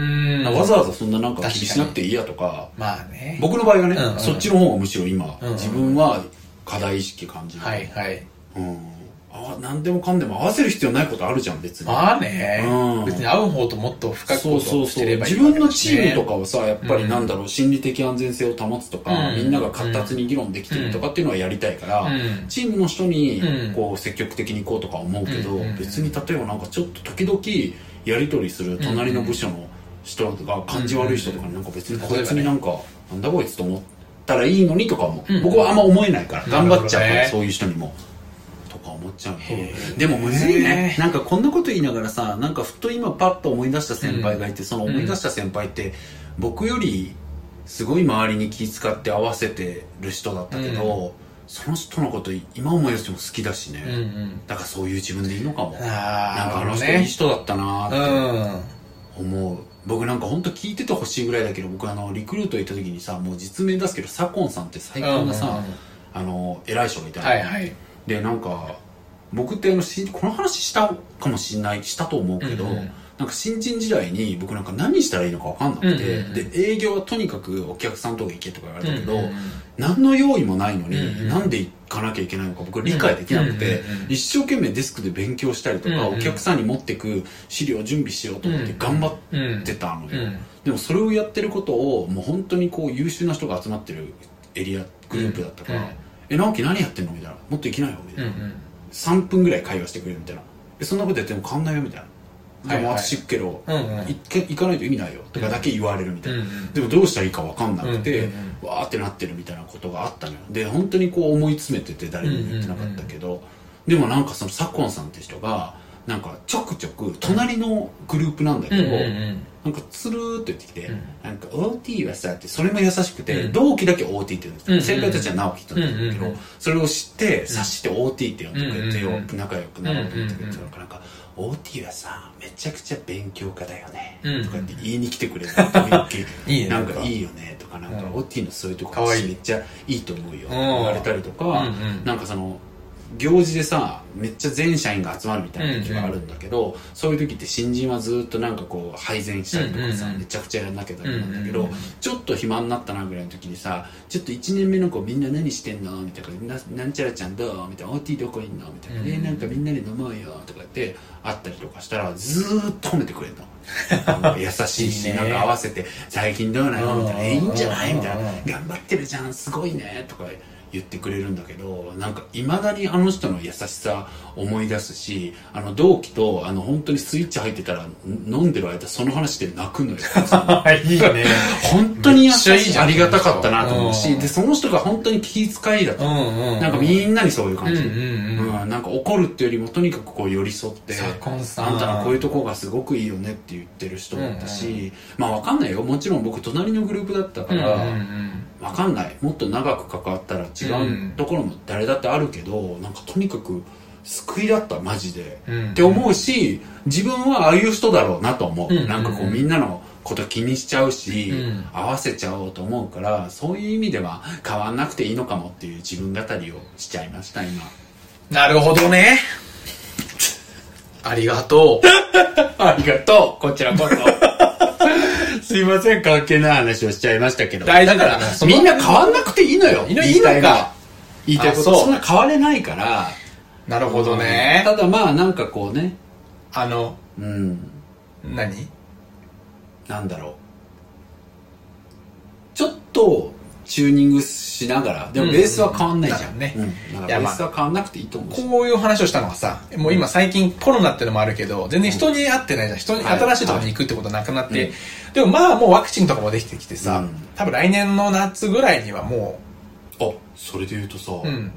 [SPEAKER 1] ーん。
[SPEAKER 2] わざわざそんななんか気に
[SPEAKER 1] 確かに
[SPEAKER 2] しなくていいやとか、
[SPEAKER 1] まあね。
[SPEAKER 2] 僕の場合はね、
[SPEAKER 1] うんうん
[SPEAKER 2] そっちの方がむしろ今、
[SPEAKER 1] うんうん
[SPEAKER 2] 自分は課題意識感じる。
[SPEAKER 1] はいはい。
[SPEAKER 2] うん。あ、なんでもかんでも合わせる必要ないことあるじゃん、別に。
[SPEAKER 1] まあね
[SPEAKER 2] うん。
[SPEAKER 1] 別に会う方ともっと深く
[SPEAKER 2] そうそう
[SPEAKER 1] し
[SPEAKER 2] そ
[SPEAKER 1] て
[SPEAKER 2] う。
[SPEAKER 1] ればいい
[SPEAKER 2] 自
[SPEAKER 1] わけ
[SPEAKER 2] 分の
[SPEAKER 1] だし
[SPEAKER 2] チ
[SPEAKER 1] ね
[SPEAKER 2] ームとかはさ、やっぱ
[SPEAKER 1] う
[SPEAKER 2] り
[SPEAKER 1] ん
[SPEAKER 2] なんだろう、心理的安全性を保つとか、
[SPEAKER 1] うん
[SPEAKER 2] みんなが活発に議論できてるとかっていうのはやりたいから、
[SPEAKER 1] うん
[SPEAKER 2] チームの人に
[SPEAKER 1] うん、
[SPEAKER 2] こう、積極的に行こうとか思うけど、
[SPEAKER 1] うんうん
[SPEAKER 2] 別に例えばなんかちょっと時々、やり取りする隣の部署の人が感じ悪い人とかになんか別にこいつになんか、なんだこいつと思ったらいいのにとかも、
[SPEAKER 1] うん
[SPEAKER 2] 僕はあんま思えないから、
[SPEAKER 1] な
[SPEAKER 2] 頑
[SPEAKER 1] るほどね
[SPEAKER 2] 張っちゃうから、そういう人にも。とか思っちゃうの
[SPEAKER 1] へー
[SPEAKER 2] でもむずいねなんかこんなこと言いながらさなんかふと今パッと思い出した先輩がいて、その思い出した先輩って僕よりすごい周りに気遣って合わせてる人だったけど、その人のこと今思い出しても好きだしね、
[SPEAKER 1] うんうん。
[SPEAKER 2] だからそういう自分でいいのかもなんか
[SPEAKER 1] あ
[SPEAKER 2] あ
[SPEAKER 1] あ
[SPEAKER 2] の人いい
[SPEAKER 1] ね。
[SPEAKER 2] 人だったな
[SPEAKER 1] う
[SPEAKER 2] ーって
[SPEAKER 1] ん。
[SPEAKER 2] 思う、僕なんか本当聞いててほしいぐらいだけど僕あのリクルート行った時にさもう実名出すけど左近さんって最高なさ、
[SPEAKER 1] うんうんうん
[SPEAKER 2] あの偉い人がいたの、
[SPEAKER 1] はいはい。
[SPEAKER 2] でなんか僕ってあのしこの話したかもしれないしたと思うけど、
[SPEAKER 1] うんうん
[SPEAKER 2] なんか新人時代に僕なんか何したらいいのか分かんなくて、
[SPEAKER 1] うんうんうん
[SPEAKER 2] で営業はとにかくお客さんとこ行けとか言われたけど、
[SPEAKER 1] うんうんうん
[SPEAKER 2] 何の用意もないのに、
[SPEAKER 1] うんうん
[SPEAKER 2] なんで行かなきゃいけないのか僕理解できなくて、
[SPEAKER 1] うんうんうんうん
[SPEAKER 2] 一生懸命デスクで勉強したりとか、
[SPEAKER 1] うんう
[SPEAKER 2] お
[SPEAKER 1] ん
[SPEAKER 2] 客さんに持ってく資料を準備しようと思って頑張ってたのよ、
[SPEAKER 1] うんうん
[SPEAKER 2] でもそれをやってることをもう本当にこう優秀な人が集まってるエリアグループだったから「
[SPEAKER 1] うんうん
[SPEAKER 2] え直樹何やってんの?」みたいな「もっと行きなよ」みた
[SPEAKER 1] う
[SPEAKER 2] い
[SPEAKER 1] ん
[SPEAKER 2] な、
[SPEAKER 1] うん。
[SPEAKER 2] 3分ぐらい会話してくれるみたいなえそんなことやっても変わんないよみたいなでも
[SPEAKER 1] はいはい
[SPEAKER 2] 私行くけど、
[SPEAKER 1] うんうん
[SPEAKER 2] 行け行かないと意味ないよとかだけ言われるみたいな、
[SPEAKER 1] うんうん
[SPEAKER 2] でもどうしたらいいか分かんなくて、
[SPEAKER 1] うんうん
[SPEAKER 2] わーってなってるみたいなことがあったのよで本当にこう思い詰めてて誰にも言ってなかったけど、でもなんかその左近さんって人がなんかちょくちょく隣のグループなんだけど、
[SPEAKER 1] うんうんうん
[SPEAKER 2] なんかつるーっと言ってきて、
[SPEAKER 1] うん
[SPEAKER 2] なんか OT はさってそれも優しくて、
[SPEAKER 1] うん
[SPEAKER 2] 同期だけ OT って言うんですよ、
[SPEAKER 1] うんうん
[SPEAKER 2] 先輩たちは直樹って言うんだけど、
[SPEAKER 1] うんうん
[SPEAKER 2] それを知って察して OT って呼んでくれてよ、
[SPEAKER 1] うんうんうん
[SPEAKER 2] 仲良くなろうと思ってくれて
[SPEAKER 1] うんうんうん
[SPEAKER 2] なんかなんか OT はさめちゃくちゃ勉強家だよね、
[SPEAKER 1] うん
[SPEAKER 2] とかって言いに来てくれ た時々
[SPEAKER 1] いいね
[SPEAKER 2] なんかいいよねとかなんか
[SPEAKER 1] うん
[SPEAKER 2] OT のそういうとこ
[SPEAKER 1] かわいい
[SPEAKER 2] めっちゃいいと思うよ
[SPEAKER 1] うん
[SPEAKER 2] 言われたりとか、
[SPEAKER 1] うんうん
[SPEAKER 2] なんかその行事でさめっちゃ全社員が集まるみたいな時があるんだけど、そういう時って新人はずっとなんかこう配膳したりとかさ、
[SPEAKER 1] うんうんうん
[SPEAKER 2] めちゃくちゃやんなきゃダメなんだけど、
[SPEAKER 1] うんうんうん
[SPEAKER 2] ちょっと暇になったなぐらいの時にさちょっと1年目の子みんな何してんのみたいなななんちゃらちゃんどうみたいな OT どこいんのみたいな、
[SPEAKER 1] うん
[SPEAKER 2] えーなんかみんなで飲もうよとか言って会ったりとかしたらずーっと褒めてくれる のなんか優しいし
[SPEAKER 1] いいね
[SPEAKER 2] なんか合わせて「最近どうなの?」みたいな「えーいいんじゃない?」みたい
[SPEAKER 1] うんうん
[SPEAKER 2] な
[SPEAKER 1] うん
[SPEAKER 2] 「頑張ってるじゃんすごいね」とか言ってくれるんだけどなんかいまだにあの人の優しさ思い出すしあの同期とあの本当にスイッチ入ってたら飲んでる間その話で泣 くのよ
[SPEAKER 1] いいね。
[SPEAKER 2] 本当に優
[SPEAKER 1] めっちゃいい
[SPEAKER 2] し
[SPEAKER 1] じ
[SPEAKER 2] い
[SPEAKER 1] ゃん
[SPEAKER 2] ありがたかったなと思うし
[SPEAKER 1] うん
[SPEAKER 2] でその人が本当に気遣いだと
[SPEAKER 1] うんうんうん。
[SPEAKER 2] なんかみんなにそういう感じ、
[SPEAKER 1] うんうんうん
[SPEAKER 2] うんなんか怒るっていうよりもとにかくこう寄り添って
[SPEAKER 1] 左近さん
[SPEAKER 2] あんたのこういうとこがすごくいいよねって言ってる人だったし、
[SPEAKER 1] うん
[SPEAKER 2] まあわかんないよもちろん僕隣のグループだった
[SPEAKER 1] う
[SPEAKER 2] か
[SPEAKER 1] んうんう
[SPEAKER 2] ら、
[SPEAKER 1] ん。
[SPEAKER 2] わかんないもっと長く関わったら違
[SPEAKER 1] うん
[SPEAKER 2] うところも誰だってあるけど、なんかとにかく救いだったマジで、
[SPEAKER 1] うん
[SPEAKER 2] って思うし自分はああいう人だろうなと思う、
[SPEAKER 1] うん
[SPEAKER 2] なんかこうみんなのこと気にしちゃうし、
[SPEAKER 1] うん
[SPEAKER 2] 合わせちゃおうと思うからそういう意味では変わんなくていいのかもっていう自分語りをしちゃいました今
[SPEAKER 1] なるほどね。ありがとう。
[SPEAKER 2] ありがとうこちらこそ すいません関係ない話をしちゃいましたけど
[SPEAKER 1] 大丈夫
[SPEAKER 2] だからみんな変わんなくていいのよ
[SPEAKER 1] いいの
[SPEAKER 2] 言いたいの
[SPEAKER 1] いいのか
[SPEAKER 2] は言いたいこと
[SPEAKER 1] あそう
[SPEAKER 2] そんな変われないから
[SPEAKER 1] なるほどね。
[SPEAKER 2] ただまあなんかこうね、
[SPEAKER 1] あの、
[SPEAKER 2] うん、
[SPEAKER 1] 何
[SPEAKER 2] なんだろう。ちょっとチューニングしながら、でもベースは変わんないじゃ。
[SPEAKER 1] うんんうん
[SPEAKER 2] うんだから
[SPEAKER 1] いや
[SPEAKER 2] ベ
[SPEAKER 1] まあ
[SPEAKER 2] ースは変わんなくていいと思うし。
[SPEAKER 1] こういう話をしたのはさ、もう今最近コロナってのもあるけど、全然人に会ってないじゃん。人に、
[SPEAKER 2] はい
[SPEAKER 1] 新しいところに行くってことなくなっ
[SPEAKER 2] は
[SPEAKER 1] て
[SPEAKER 2] い。
[SPEAKER 1] でもまあもうワクチンとかもできてきてさ
[SPEAKER 2] うん、
[SPEAKER 1] 多分来年の夏ぐらいにはも
[SPEAKER 2] あ、それで言うとさ、
[SPEAKER 1] う、うん。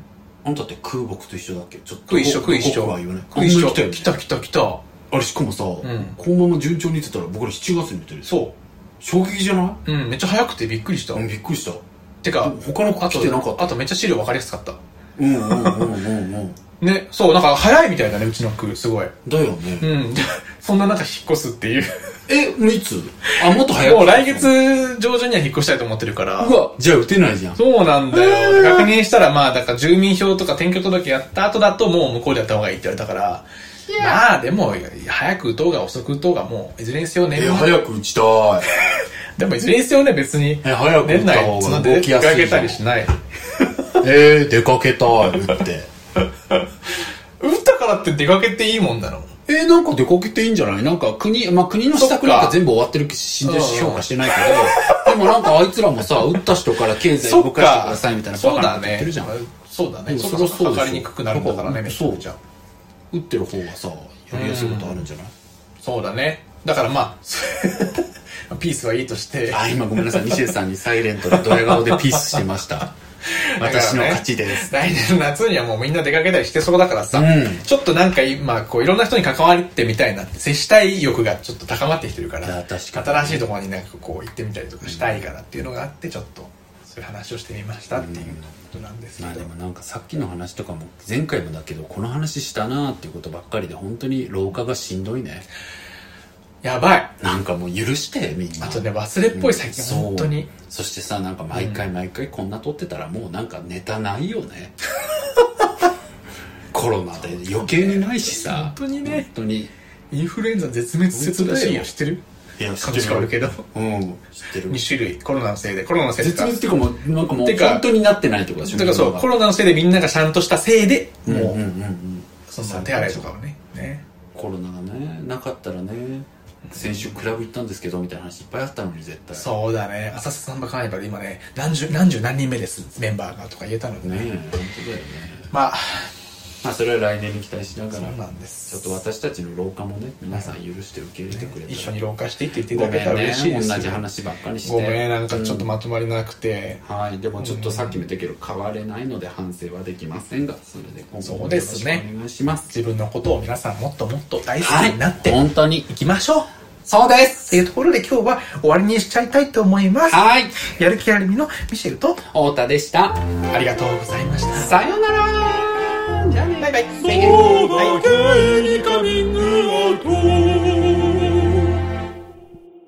[SPEAKER 2] あんたって空木と一緒だっけちょっと。
[SPEAKER 1] 食い一緒食い一緒。
[SPEAKER 2] 僕は言わない。
[SPEAKER 1] 食い一緒。
[SPEAKER 2] あんまり
[SPEAKER 1] 来
[SPEAKER 2] 来たよね
[SPEAKER 1] た来た来た。
[SPEAKER 2] あれしかもさ、こ
[SPEAKER 1] ん
[SPEAKER 2] のまま順調にいってたら僕ら7月に見てる。う。
[SPEAKER 1] そ
[SPEAKER 2] 衝撃じゃな
[SPEAKER 1] う。うん、めっちゃ早くてびっくりした
[SPEAKER 2] い。うん、びっくりした。
[SPEAKER 1] てか、
[SPEAKER 2] 他の子
[SPEAKER 1] あ
[SPEAKER 2] 来てなかっ
[SPEAKER 1] と、
[SPEAKER 2] た。
[SPEAKER 1] あとめっちゃ資料分かりやすかった。
[SPEAKER 2] うんうんうんうんうん。
[SPEAKER 1] ね、そう、なんか早いみたいだね、うちの区、すごい。
[SPEAKER 2] だよ
[SPEAKER 1] う
[SPEAKER 2] ね。
[SPEAKER 1] ん。そんな中引っ越すっていう。
[SPEAKER 2] え、いつあ、もっと早く。
[SPEAKER 1] もう来。月上旬には引っ越したいと思ってるから
[SPEAKER 2] う。わ、じゃあ打てないじゃん。
[SPEAKER 1] そうなんだよ。
[SPEAKER 2] えー
[SPEAKER 1] 確認したら、まあ、だから住民票とか転居届やった後だと、もう向こうでやった方がいいって言われたから。まあ、でも、早く打とうが遅く打とうが、もう、いずれにせよね
[SPEAKER 2] え、。早く打ちたい。
[SPEAKER 1] でも、いずれにせよね、別に。
[SPEAKER 2] え、早く打
[SPEAKER 1] 年
[SPEAKER 2] った
[SPEAKER 1] 内、
[SPEAKER 2] 方
[SPEAKER 1] そんな
[SPEAKER 2] が
[SPEAKER 1] 出
[SPEAKER 2] 動きや
[SPEAKER 1] か
[SPEAKER 2] す
[SPEAKER 1] け
[SPEAKER 2] いじ
[SPEAKER 1] た
[SPEAKER 2] ゃん。
[SPEAKER 1] りしない。
[SPEAKER 2] えー、出かけたい、打って。
[SPEAKER 1] 打ったからって出かけていいもんなの
[SPEAKER 2] えー、なんか出かけていいんじゃないなんか国、まあ国の施策なんか全部終わってるし、死んでるし
[SPEAKER 1] うん
[SPEAKER 2] 評価してないけど、でもなんかあいつらもさ、打った人から経済
[SPEAKER 1] そ
[SPEAKER 2] 動
[SPEAKER 1] っ
[SPEAKER 2] かして
[SPEAKER 1] か
[SPEAKER 2] くださいみたいな
[SPEAKER 1] そう
[SPEAKER 2] バカ
[SPEAKER 1] だ
[SPEAKER 2] なこと言
[SPEAKER 1] ね
[SPEAKER 2] ってるじゃん。
[SPEAKER 1] そうだ
[SPEAKER 2] う
[SPEAKER 1] ね
[SPEAKER 2] ん
[SPEAKER 1] そ
[SPEAKER 2] そ
[SPEAKER 1] こ
[SPEAKER 2] れ
[SPEAKER 1] そこ
[SPEAKER 2] はそうでしょ
[SPEAKER 1] かかりにくくなるんだからねめちゃくちゃ
[SPEAKER 2] 打ってる方がさ、やりやすいことあるんじゃない
[SPEAKER 1] そうだねだからまあ ピースはいいと して
[SPEAKER 2] あ、今ごめんなさい、西江さんにサイレントでドヤ顔でピースしてま した。私の勝ちです。
[SPEAKER 1] 来年の夏にはもうみんな出かけたりしてそうだからさ、
[SPEAKER 2] うん
[SPEAKER 1] ちょっとなんか今こういろんな人に関わってみたいなって接したい欲がちょっと高まってきてるから
[SPEAKER 2] いや確かに
[SPEAKER 1] 新しいところになんかこう行ってみたりとかしたいからっていうのがあってちょっとそういう話をしてみましたっていうことなんですけ
[SPEAKER 2] まあ
[SPEAKER 1] ど、
[SPEAKER 2] でもなんかさっきの話とかも前回もだけどこの話したなーっていうことばっかりで本当に老化がしんどいね
[SPEAKER 1] やばい
[SPEAKER 2] なんかもう許してみんな
[SPEAKER 1] あとね忘れっぽい最近、
[SPEAKER 2] そう
[SPEAKER 1] 本当に
[SPEAKER 2] そしてさなんか毎回毎回こんな撮ってたらもうなんかネタないよ ねコロナで余計にないしさ
[SPEAKER 1] 本当にね
[SPEAKER 2] 本当に
[SPEAKER 1] インフルエンザ絶滅説らしいよ知ってる
[SPEAKER 2] いや
[SPEAKER 1] 感じ変わるけど
[SPEAKER 2] うん知ってる
[SPEAKER 1] 2種類コロナのせいでコロナのせいで
[SPEAKER 2] 絶滅っていうかもうなんかもう
[SPEAKER 1] てか
[SPEAKER 2] 本当になってないってことでしょ
[SPEAKER 1] だからそうコロナのせいでみんながちゃんとしたせいで
[SPEAKER 2] うんうん
[SPEAKER 1] も
[SPEAKER 2] う
[SPEAKER 1] うん
[SPEAKER 2] うん
[SPEAKER 1] その手洗いとかをねね
[SPEAKER 2] コロナがねなかったらね先週クラブ行ったんですけどみたいな話いっぱいあったのに絶対
[SPEAKER 1] そうだね浅瀬サンバカーニバル今ね何十何十何人目ですメンバーがとか言えたので
[SPEAKER 2] ねえ
[SPEAKER 1] ね
[SPEAKER 2] 本当だよね
[SPEAKER 1] まあ
[SPEAKER 2] まあそれは来年に期待しなが
[SPEAKER 1] そう
[SPEAKER 2] ら
[SPEAKER 1] なんで
[SPEAKER 2] ちょ
[SPEAKER 1] す
[SPEAKER 2] っと私たちの老化もね皆さん許して受け入れてくれたら
[SPEAKER 1] 一緒に老化していって言ってい
[SPEAKER 2] ご
[SPEAKER 1] ただ
[SPEAKER 2] め
[SPEAKER 1] け
[SPEAKER 2] ん
[SPEAKER 1] たら
[SPEAKER 2] ね
[SPEAKER 1] 嬉しいです
[SPEAKER 2] 同じ話ばっかりして
[SPEAKER 1] ごめんなんかちょっとまとまりなくて
[SPEAKER 2] はいでもちょっとさっきも言ったけど変われないので反省はできませんがそれで今後
[SPEAKER 1] そう
[SPEAKER 2] も
[SPEAKER 1] で
[SPEAKER 2] よろし
[SPEAKER 1] す
[SPEAKER 2] く
[SPEAKER 1] ね
[SPEAKER 2] お願いします
[SPEAKER 1] 自分のことを皆さんもっともっと大好き
[SPEAKER 2] はい
[SPEAKER 1] になって
[SPEAKER 2] 本当に
[SPEAKER 1] いきましょう
[SPEAKER 2] そうで
[SPEAKER 1] って
[SPEAKER 2] す
[SPEAKER 1] いうところで今日は終わりにしちゃいたいと思います。
[SPEAKER 2] はい
[SPEAKER 1] やる気ありみのミシェルと
[SPEAKER 2] 太田でした
[SPEAKER 1] ありがとうございました。
[SPEAKER 2] さようならじゃあね
[SPEAKER 1] バイバイ。
[SPEAKER 2] Thank you.
[SPEAKER 3] そうだけにカミングアウト